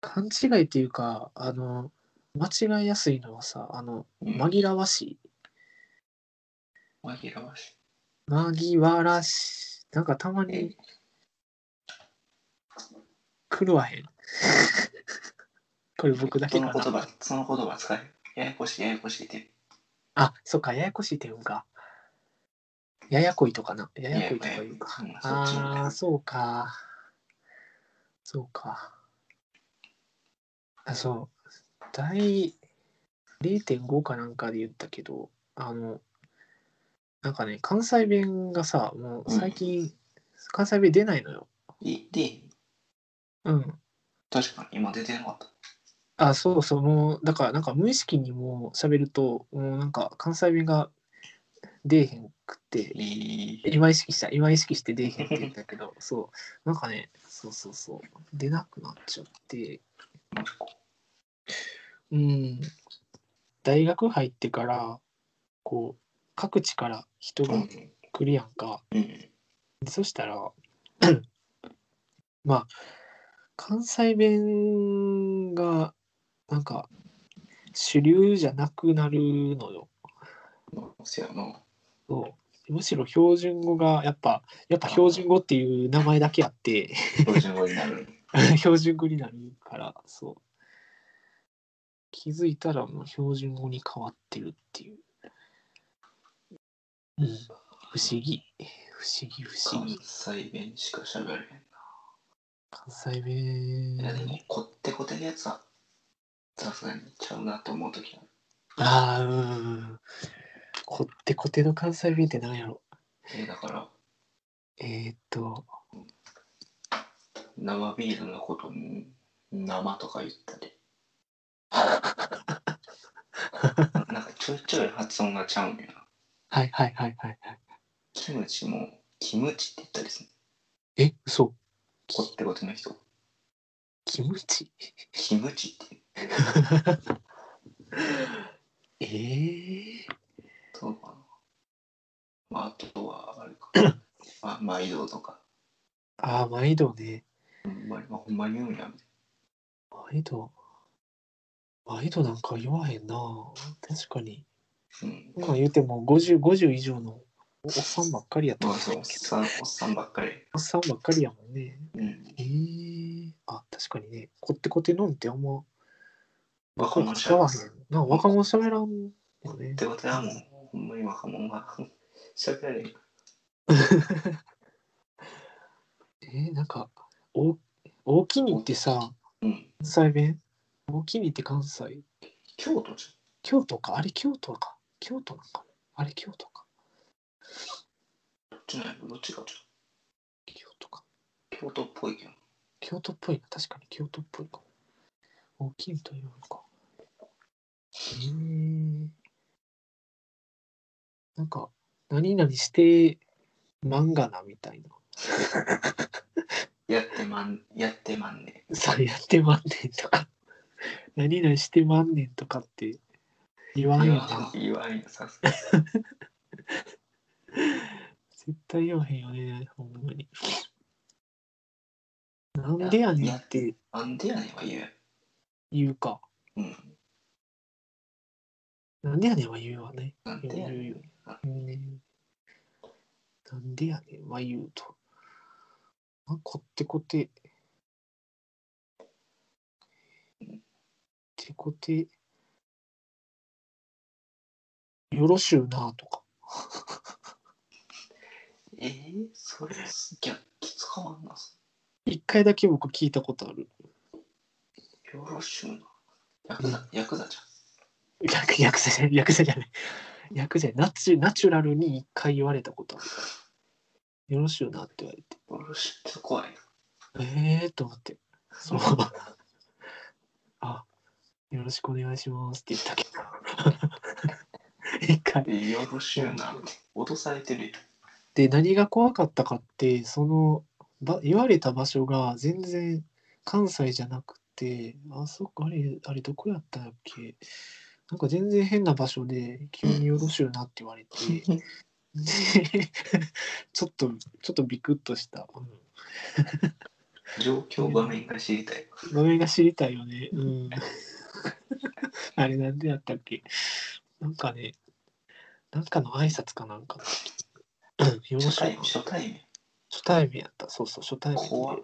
[SPEAKER 1] 勘違いっていうか、あの、間違いやすいのはさ、あの、紛らわしい。
[SPEAKER 2] 紛らわしい。
[SPEAKER 1] 紛わらしい。なんかたまに狂わへん。これ僕だけ
[SPEAKER 2] そ
[SPEAKER 1] か
[SPEAKER 2] の言
[SPEAKER 1] な。
[SPEAKER 2] 葉、その言葉使え。ややこしい、ややこしいって。
[SPEAKER 1] あ、そっか、ややこしい点か。ややこいとかな。ややこいとか言うか。
[SPEAKER 2] ややこいうんそっちのね
[SPEAKER 1] ああ、そうか。そうか。あ、そう。第0.5かなんかで言ったけど、あの、なんかね、関西弁がさ、もう最近、関西弁出ないのよ。
[SPEAKER 2] いで、
[SPEAKER 1] うん。
[SPEAKER 2] 確かに今出てなかった。
[SPEAKER 1] あ、そうそう、もう、だから、なんか無意識にもう喋ると、もうなんか関西弁が出えへんくって、
[SPEAKER 2] いい。
[SPEAKER 1] 今意識した今意識して出えへんって言ったけどそうなんかねそうそうそう出なくなっちゃってうん大学入ってからこう各地から人
[SPEAKER 2] う
[SPEAKER 1] が
[SPEAKER 2] ん。
[SPEAKER 1] 来るやんか、
[SPEAKER 2] うん。
[SPEAKER 1] そしたら まあ関西弁がなんか主流じゃなくなるのよ
[SPEAKER 2] せやな。
[SPEAKER 1] そうむしろ標準語がやっぱやっぱ標準語っていう名前だけあって
[SPEAKER 2] 標準語になる。
[SPEAKER 1] 標準語になるからそう気づいたらもう標準語に変わってるっていう、うん、不思議不思議不思
[SPEAKER 2] 関
[SPEAKER 1] 議
[SPEAKER 2] 西弁しか喋れへん
[SPEAKER 1] 関西
[SPEAKER 2] な。いやで
[SPEAKER 1] 弁
[SPEAKER 2] も、こってこてのやつは、さすがにちゃうなと思うときある。
[SPEAKER 1] ああうんこってこての関西弁って何やろ
[SPEAKER 2] えだから、
[SPEAKER 1] えー、っと
[SPEAKER 2] 生ビールのことに生とか言ったりなんかちょいちょい発音がちゃうんやな
[SPEAKER 1] はいはいはいはいはい
[SPEAKER 2] キムチもキムチって言ったりする
[SPEAKER 1] え嘘
[SPEAKER 2] こってことの人
[SPEAKER 1] キムチ
[SPEAKER 2] キムチって言う
[SPEAKER 1] えー、
[SPEAKER 2] そうかな、まあ、あとはあれかあ毎度とか
[SPEAKER 1] ああ毎度ね
[SPEAKER 2] ほんまに、まあ、ほんまに言うんやみたい
[SPEAKER 1] 毎度毎度なんか言わへんな確かに
[SPEAKER 2] なうん
[SPEAKER 1] まあ言うても50、50以上のおっさんばっかりやった
[SPEAKER 2] ま
[SPEAKER 1] ん
[SPEAKER 2] あ
[SPEAKER 1] で
[SPEAKER 2] そうおっ
[SPEAKER 1] けど、
[SPEAKER 2] さんおっさんばっかり
[SPEAKER 1] おっさんばっかりやもんね。
[SPEAKER 2] うん
[SPEAKER 1] えー、あ、確かにね、こってこてのんってあんま
[SPEAKER 2] 若者し
[SPEAKER 1] 喋
[SPEAKER 2] ゃべ
[SPEAKER 1] ら
[SPEAKER 2] っ
[SPEAKER 1] ん。な若者喋らんよね。
[SPEAKER 2] てことはもうほんまに若者がしゃべられへん
[SPEAKER 1] えー、なんか、お大きにってさ、
[SPEAKER 2] うん
[SPEAKER 1] 関西弁大きにって関西
[SPEAKER 2] 京都じ
[SPEAKER 1] 京都かあれ京都か京都なんかあれ京都か
[SPEAKER 2] ゃんどっちなんやろどっちかじゃん
[SPEAKER 1] 京都か
[SPEAKER 2] 京都っぽいけど
[SPEAKER 1] 京都っぽいな確かに京都っぽいかも大きいというのかへえなんか何々して漫画なみたいな
[SPEAKER 2] やってまん、やってまんね
[SPEAKER 1] さやってまんねんとか 何々してまんねんとかって言わん
[SPEAKER 2] 言
[SPEAKER 1] よ
[SPEAKER 2] わ、
[SPEAKER 1] なん
[SPEAKER 2] 言わんよ、さすがに。
[SPEAKER 1] 絶対言わへんよねほんまになんでやねんって
[SPEAKER 2] なんでやねんは言うやん。
[SPEAKER 1] 言うか
[SPEAKER 2] うん。
[SPEAKER 1] なんでやねんは言うわね
[SPEAKER 2] なんでやねん。
[SPEAKER 1] ねなんでやねんは言うと。あこってこて。てこて。よろしゅうなとか。
[SPEAKER 2] えー、それすぎゃ、きつかまんな。
[SPEAKER 1] 一回だけ僕聞いたことある。
[SPEAKER 2] よろしゅうな。ヤクザ、ヤクザじ
[SPEAKER 1] 役役者じゃない役者じゃない役者じゃないナチュナチュラルに一回言われたことあるよろしゅうなって言われて
[SPEAKER 2] ゃん。俺知ってる怖いな。
[SPEAKER 1] ええー、と思ってそうあよろしくお願いしますって言ったけど一回
[SPEAKER 2] でよろしゅうなって。脅されてるや
[SPEAKER 1] で何が怖かったかってそのば言われた場所が全然関西じゃなくてあそこあれあれどこやったっけなんか全然変な場所で急によろしゅうなって言われて
[SPEAKER 2] ん
[SPEAKER 1] で ちょっとちょっとビクッとした、う
[SPEAKER 2] 状況場面が知りたい。
[SPEAKER 1] ん、画面が知りたいよねうん あれなんでやったっけなんかねなんかの挨拶かなんかよろ
[SPEAKER 2] 初
[SPEAKER 1] しゅう
[SPEAKER 2] 対
[SPEAKER 1] な
[SPEAKER 2] 面、初対面。
[SPEAKER 1] 初対面やったそうそう初対面で
[SPEAKER 2] 怖い。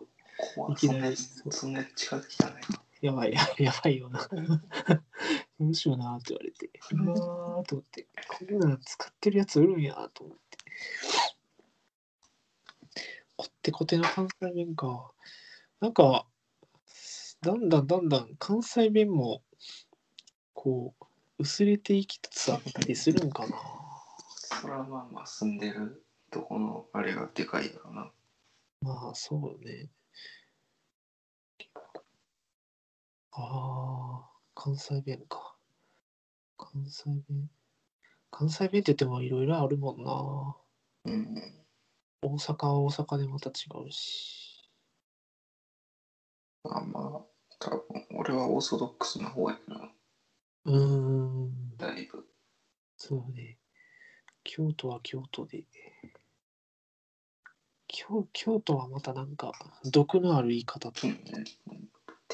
[SPEAKER 2] 怖い。
[SPEAKER 1] いき
[SPEAKER 2] そ
[SPEAKER 1] なん
[SPEAKER 2] な
[SPEAKER 1] り、
[SPEAKER 2] そんな近づきたね。
[SPEAKER 1] やばい、 ややばいよな。どうしようなって言われて。うわーと思って。こんなん使ってるやつおるんやと思って。こってこての関西弁か。なんか、だんだんだんだん関西弁も、こう、薄れていきつつあったりするんかな。
[SPEAKER 2] そらまあまあ住んでるとこのあれがでかいだろうな。
[SPEAKER 1] まあ、そうよね。ああ、関西弁か。関西弁。関西弁って言ってもいろいろあるもんな。
[SPEAKER 2] うん。
[SPEAKER 1] 大阪は大阪でまた違うし。
[SPEAKER 2] まあまあ、多分俺はオーソドックスな方やな。
[SPEAKER 1] うーん、
[SPEAKER 2] だいぶ。
[SPEAKER 1] そうね。京都は京都で。京京都はまたなんか毒のある言い方
[SPEAKER 2] う
[SPEAKER 1] と
[SPEAKER 2] ん。って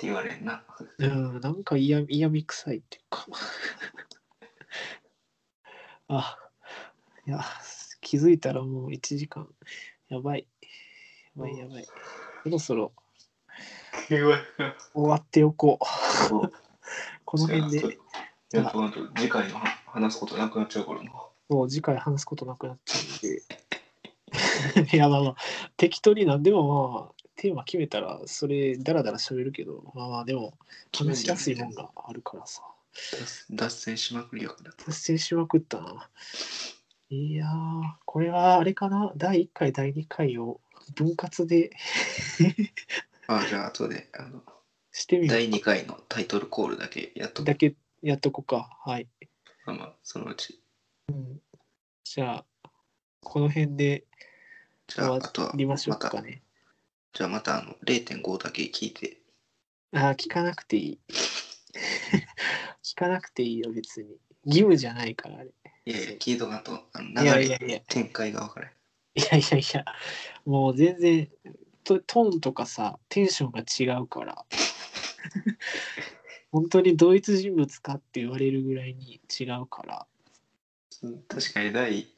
[SPEAKER 2] 言われんな。
[SPEAKER 1] うん、なんか嫌嫌味臭いっていうか。 あ、いや、気づいたらもう1時間。やばい。やばいやばい。そろそろ
[SPEAKER 2] 言われん
[SPEAKER 1] 終わっておこう。この
[SPEAKER 2] そうやな
[SPEAKER 1] 辺
[SPEAKER 2] そう
[SPEAKER 1] で、
[SPEAKER 2] やっとなんと次回の話すことなくなっちゃうからな。
[SPEAKER 1] もう次回話すことなくなっちゃうんで。いや、 まあまあ、適当になんでもまあ、テーマ決めたら、それ、だらだら喋るけど、まあまあ、でも、話しやすいもんがあるからさ。
[SPEAKER 2] 脱線しまくりやから。
[SPEAKER 1] 達成しまくったな。いやー、これはあれかな、第1回、第2回を分割で
[SPEAKER 2] あじゃあ後であの
[SPEAKER 1] してみる
[SPEAKER 2] 第2回のタイトルコールだけやっとく
[SPEAKER 1] だけやっとこうか。はい。
[SPEAKER 2] まあまあそのうち。
[SPEAKER 1] じゃあ、この辺で
[SPEAKER 2] じ
[SPEAKER 1] 終
[SPEAKER 2] ゃああ
[SPEAKER 1] わ
[SPEAKER 2] とは
[SPEAKER 1] りましょう
[SPEAKER 2] た
[SPEAKER 1] かね。
[SPEAKER 2] じゃあまたあの0.5だけ聞いて。
[SPEAKER 1] あー聞かなくていい。 聞かなくていいよ、別に。義務じゃないから、あれ。
[SPEAKER 2] いやいや聞いとかんとあの
[SPEAKER 1] いや
[SPEAKER 2] 流
[SPEAKER 1] いや
[SPEAKER 2] れ
[SPEAKER 1] いや。
[SPEAKER 2] 展開が分からへん。
[SPEAKER 1] いやいやいや、もう全然ト、トーンとかさ、テンションが違う から。本当に同一人物かって言われるぐらいに違うから。
[SPEAKER 2] うん確かに第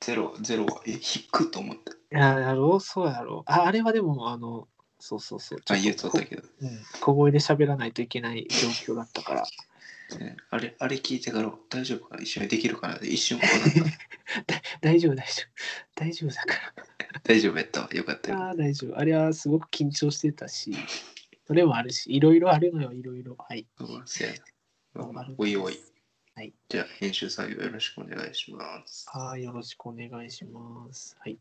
[SPEAKER 2] 0、0はえ低っと思った。
[SPEAKER 1] いや、やろう、そうやろう。ああれはでも、あの、そうそうそう。
[SPEAKER 2] あ言うと
[SPEAKER 1] こ
[SPEAKER 2] ったけど。
[SPEAKER 1] うん、小声で喋らないといけない状況だったから。
[SPEAKER 2] ねあれ、あれ聞いてから大丈夫かな一緒にできるかなって一瞬こうなんか
[SPEAKER 1] 大丈夫、大丈夫。大丈夫だか
[SPEAKER 2] 大丈夫やったわ。よかった
[SPEAKER 1] ら。あ
[SPEAKER 2] よ。
[SPEAKER 1] あ、大丈夫。あれはすごく緊張してたし、それもあるし、いろいろあるのよ、いろいろ。はい。
[SPEAKER 2] うんせやなまあまあ
[SPEAKER 1] あるんです
[SPEAKER 2] おいおい。
[SPEAKER 1] はい。
[SPEAKER 2] じゃあ編集作業よろしくお願いします。
[SPEAKER 1] ああ、よろしくお願いします。はい。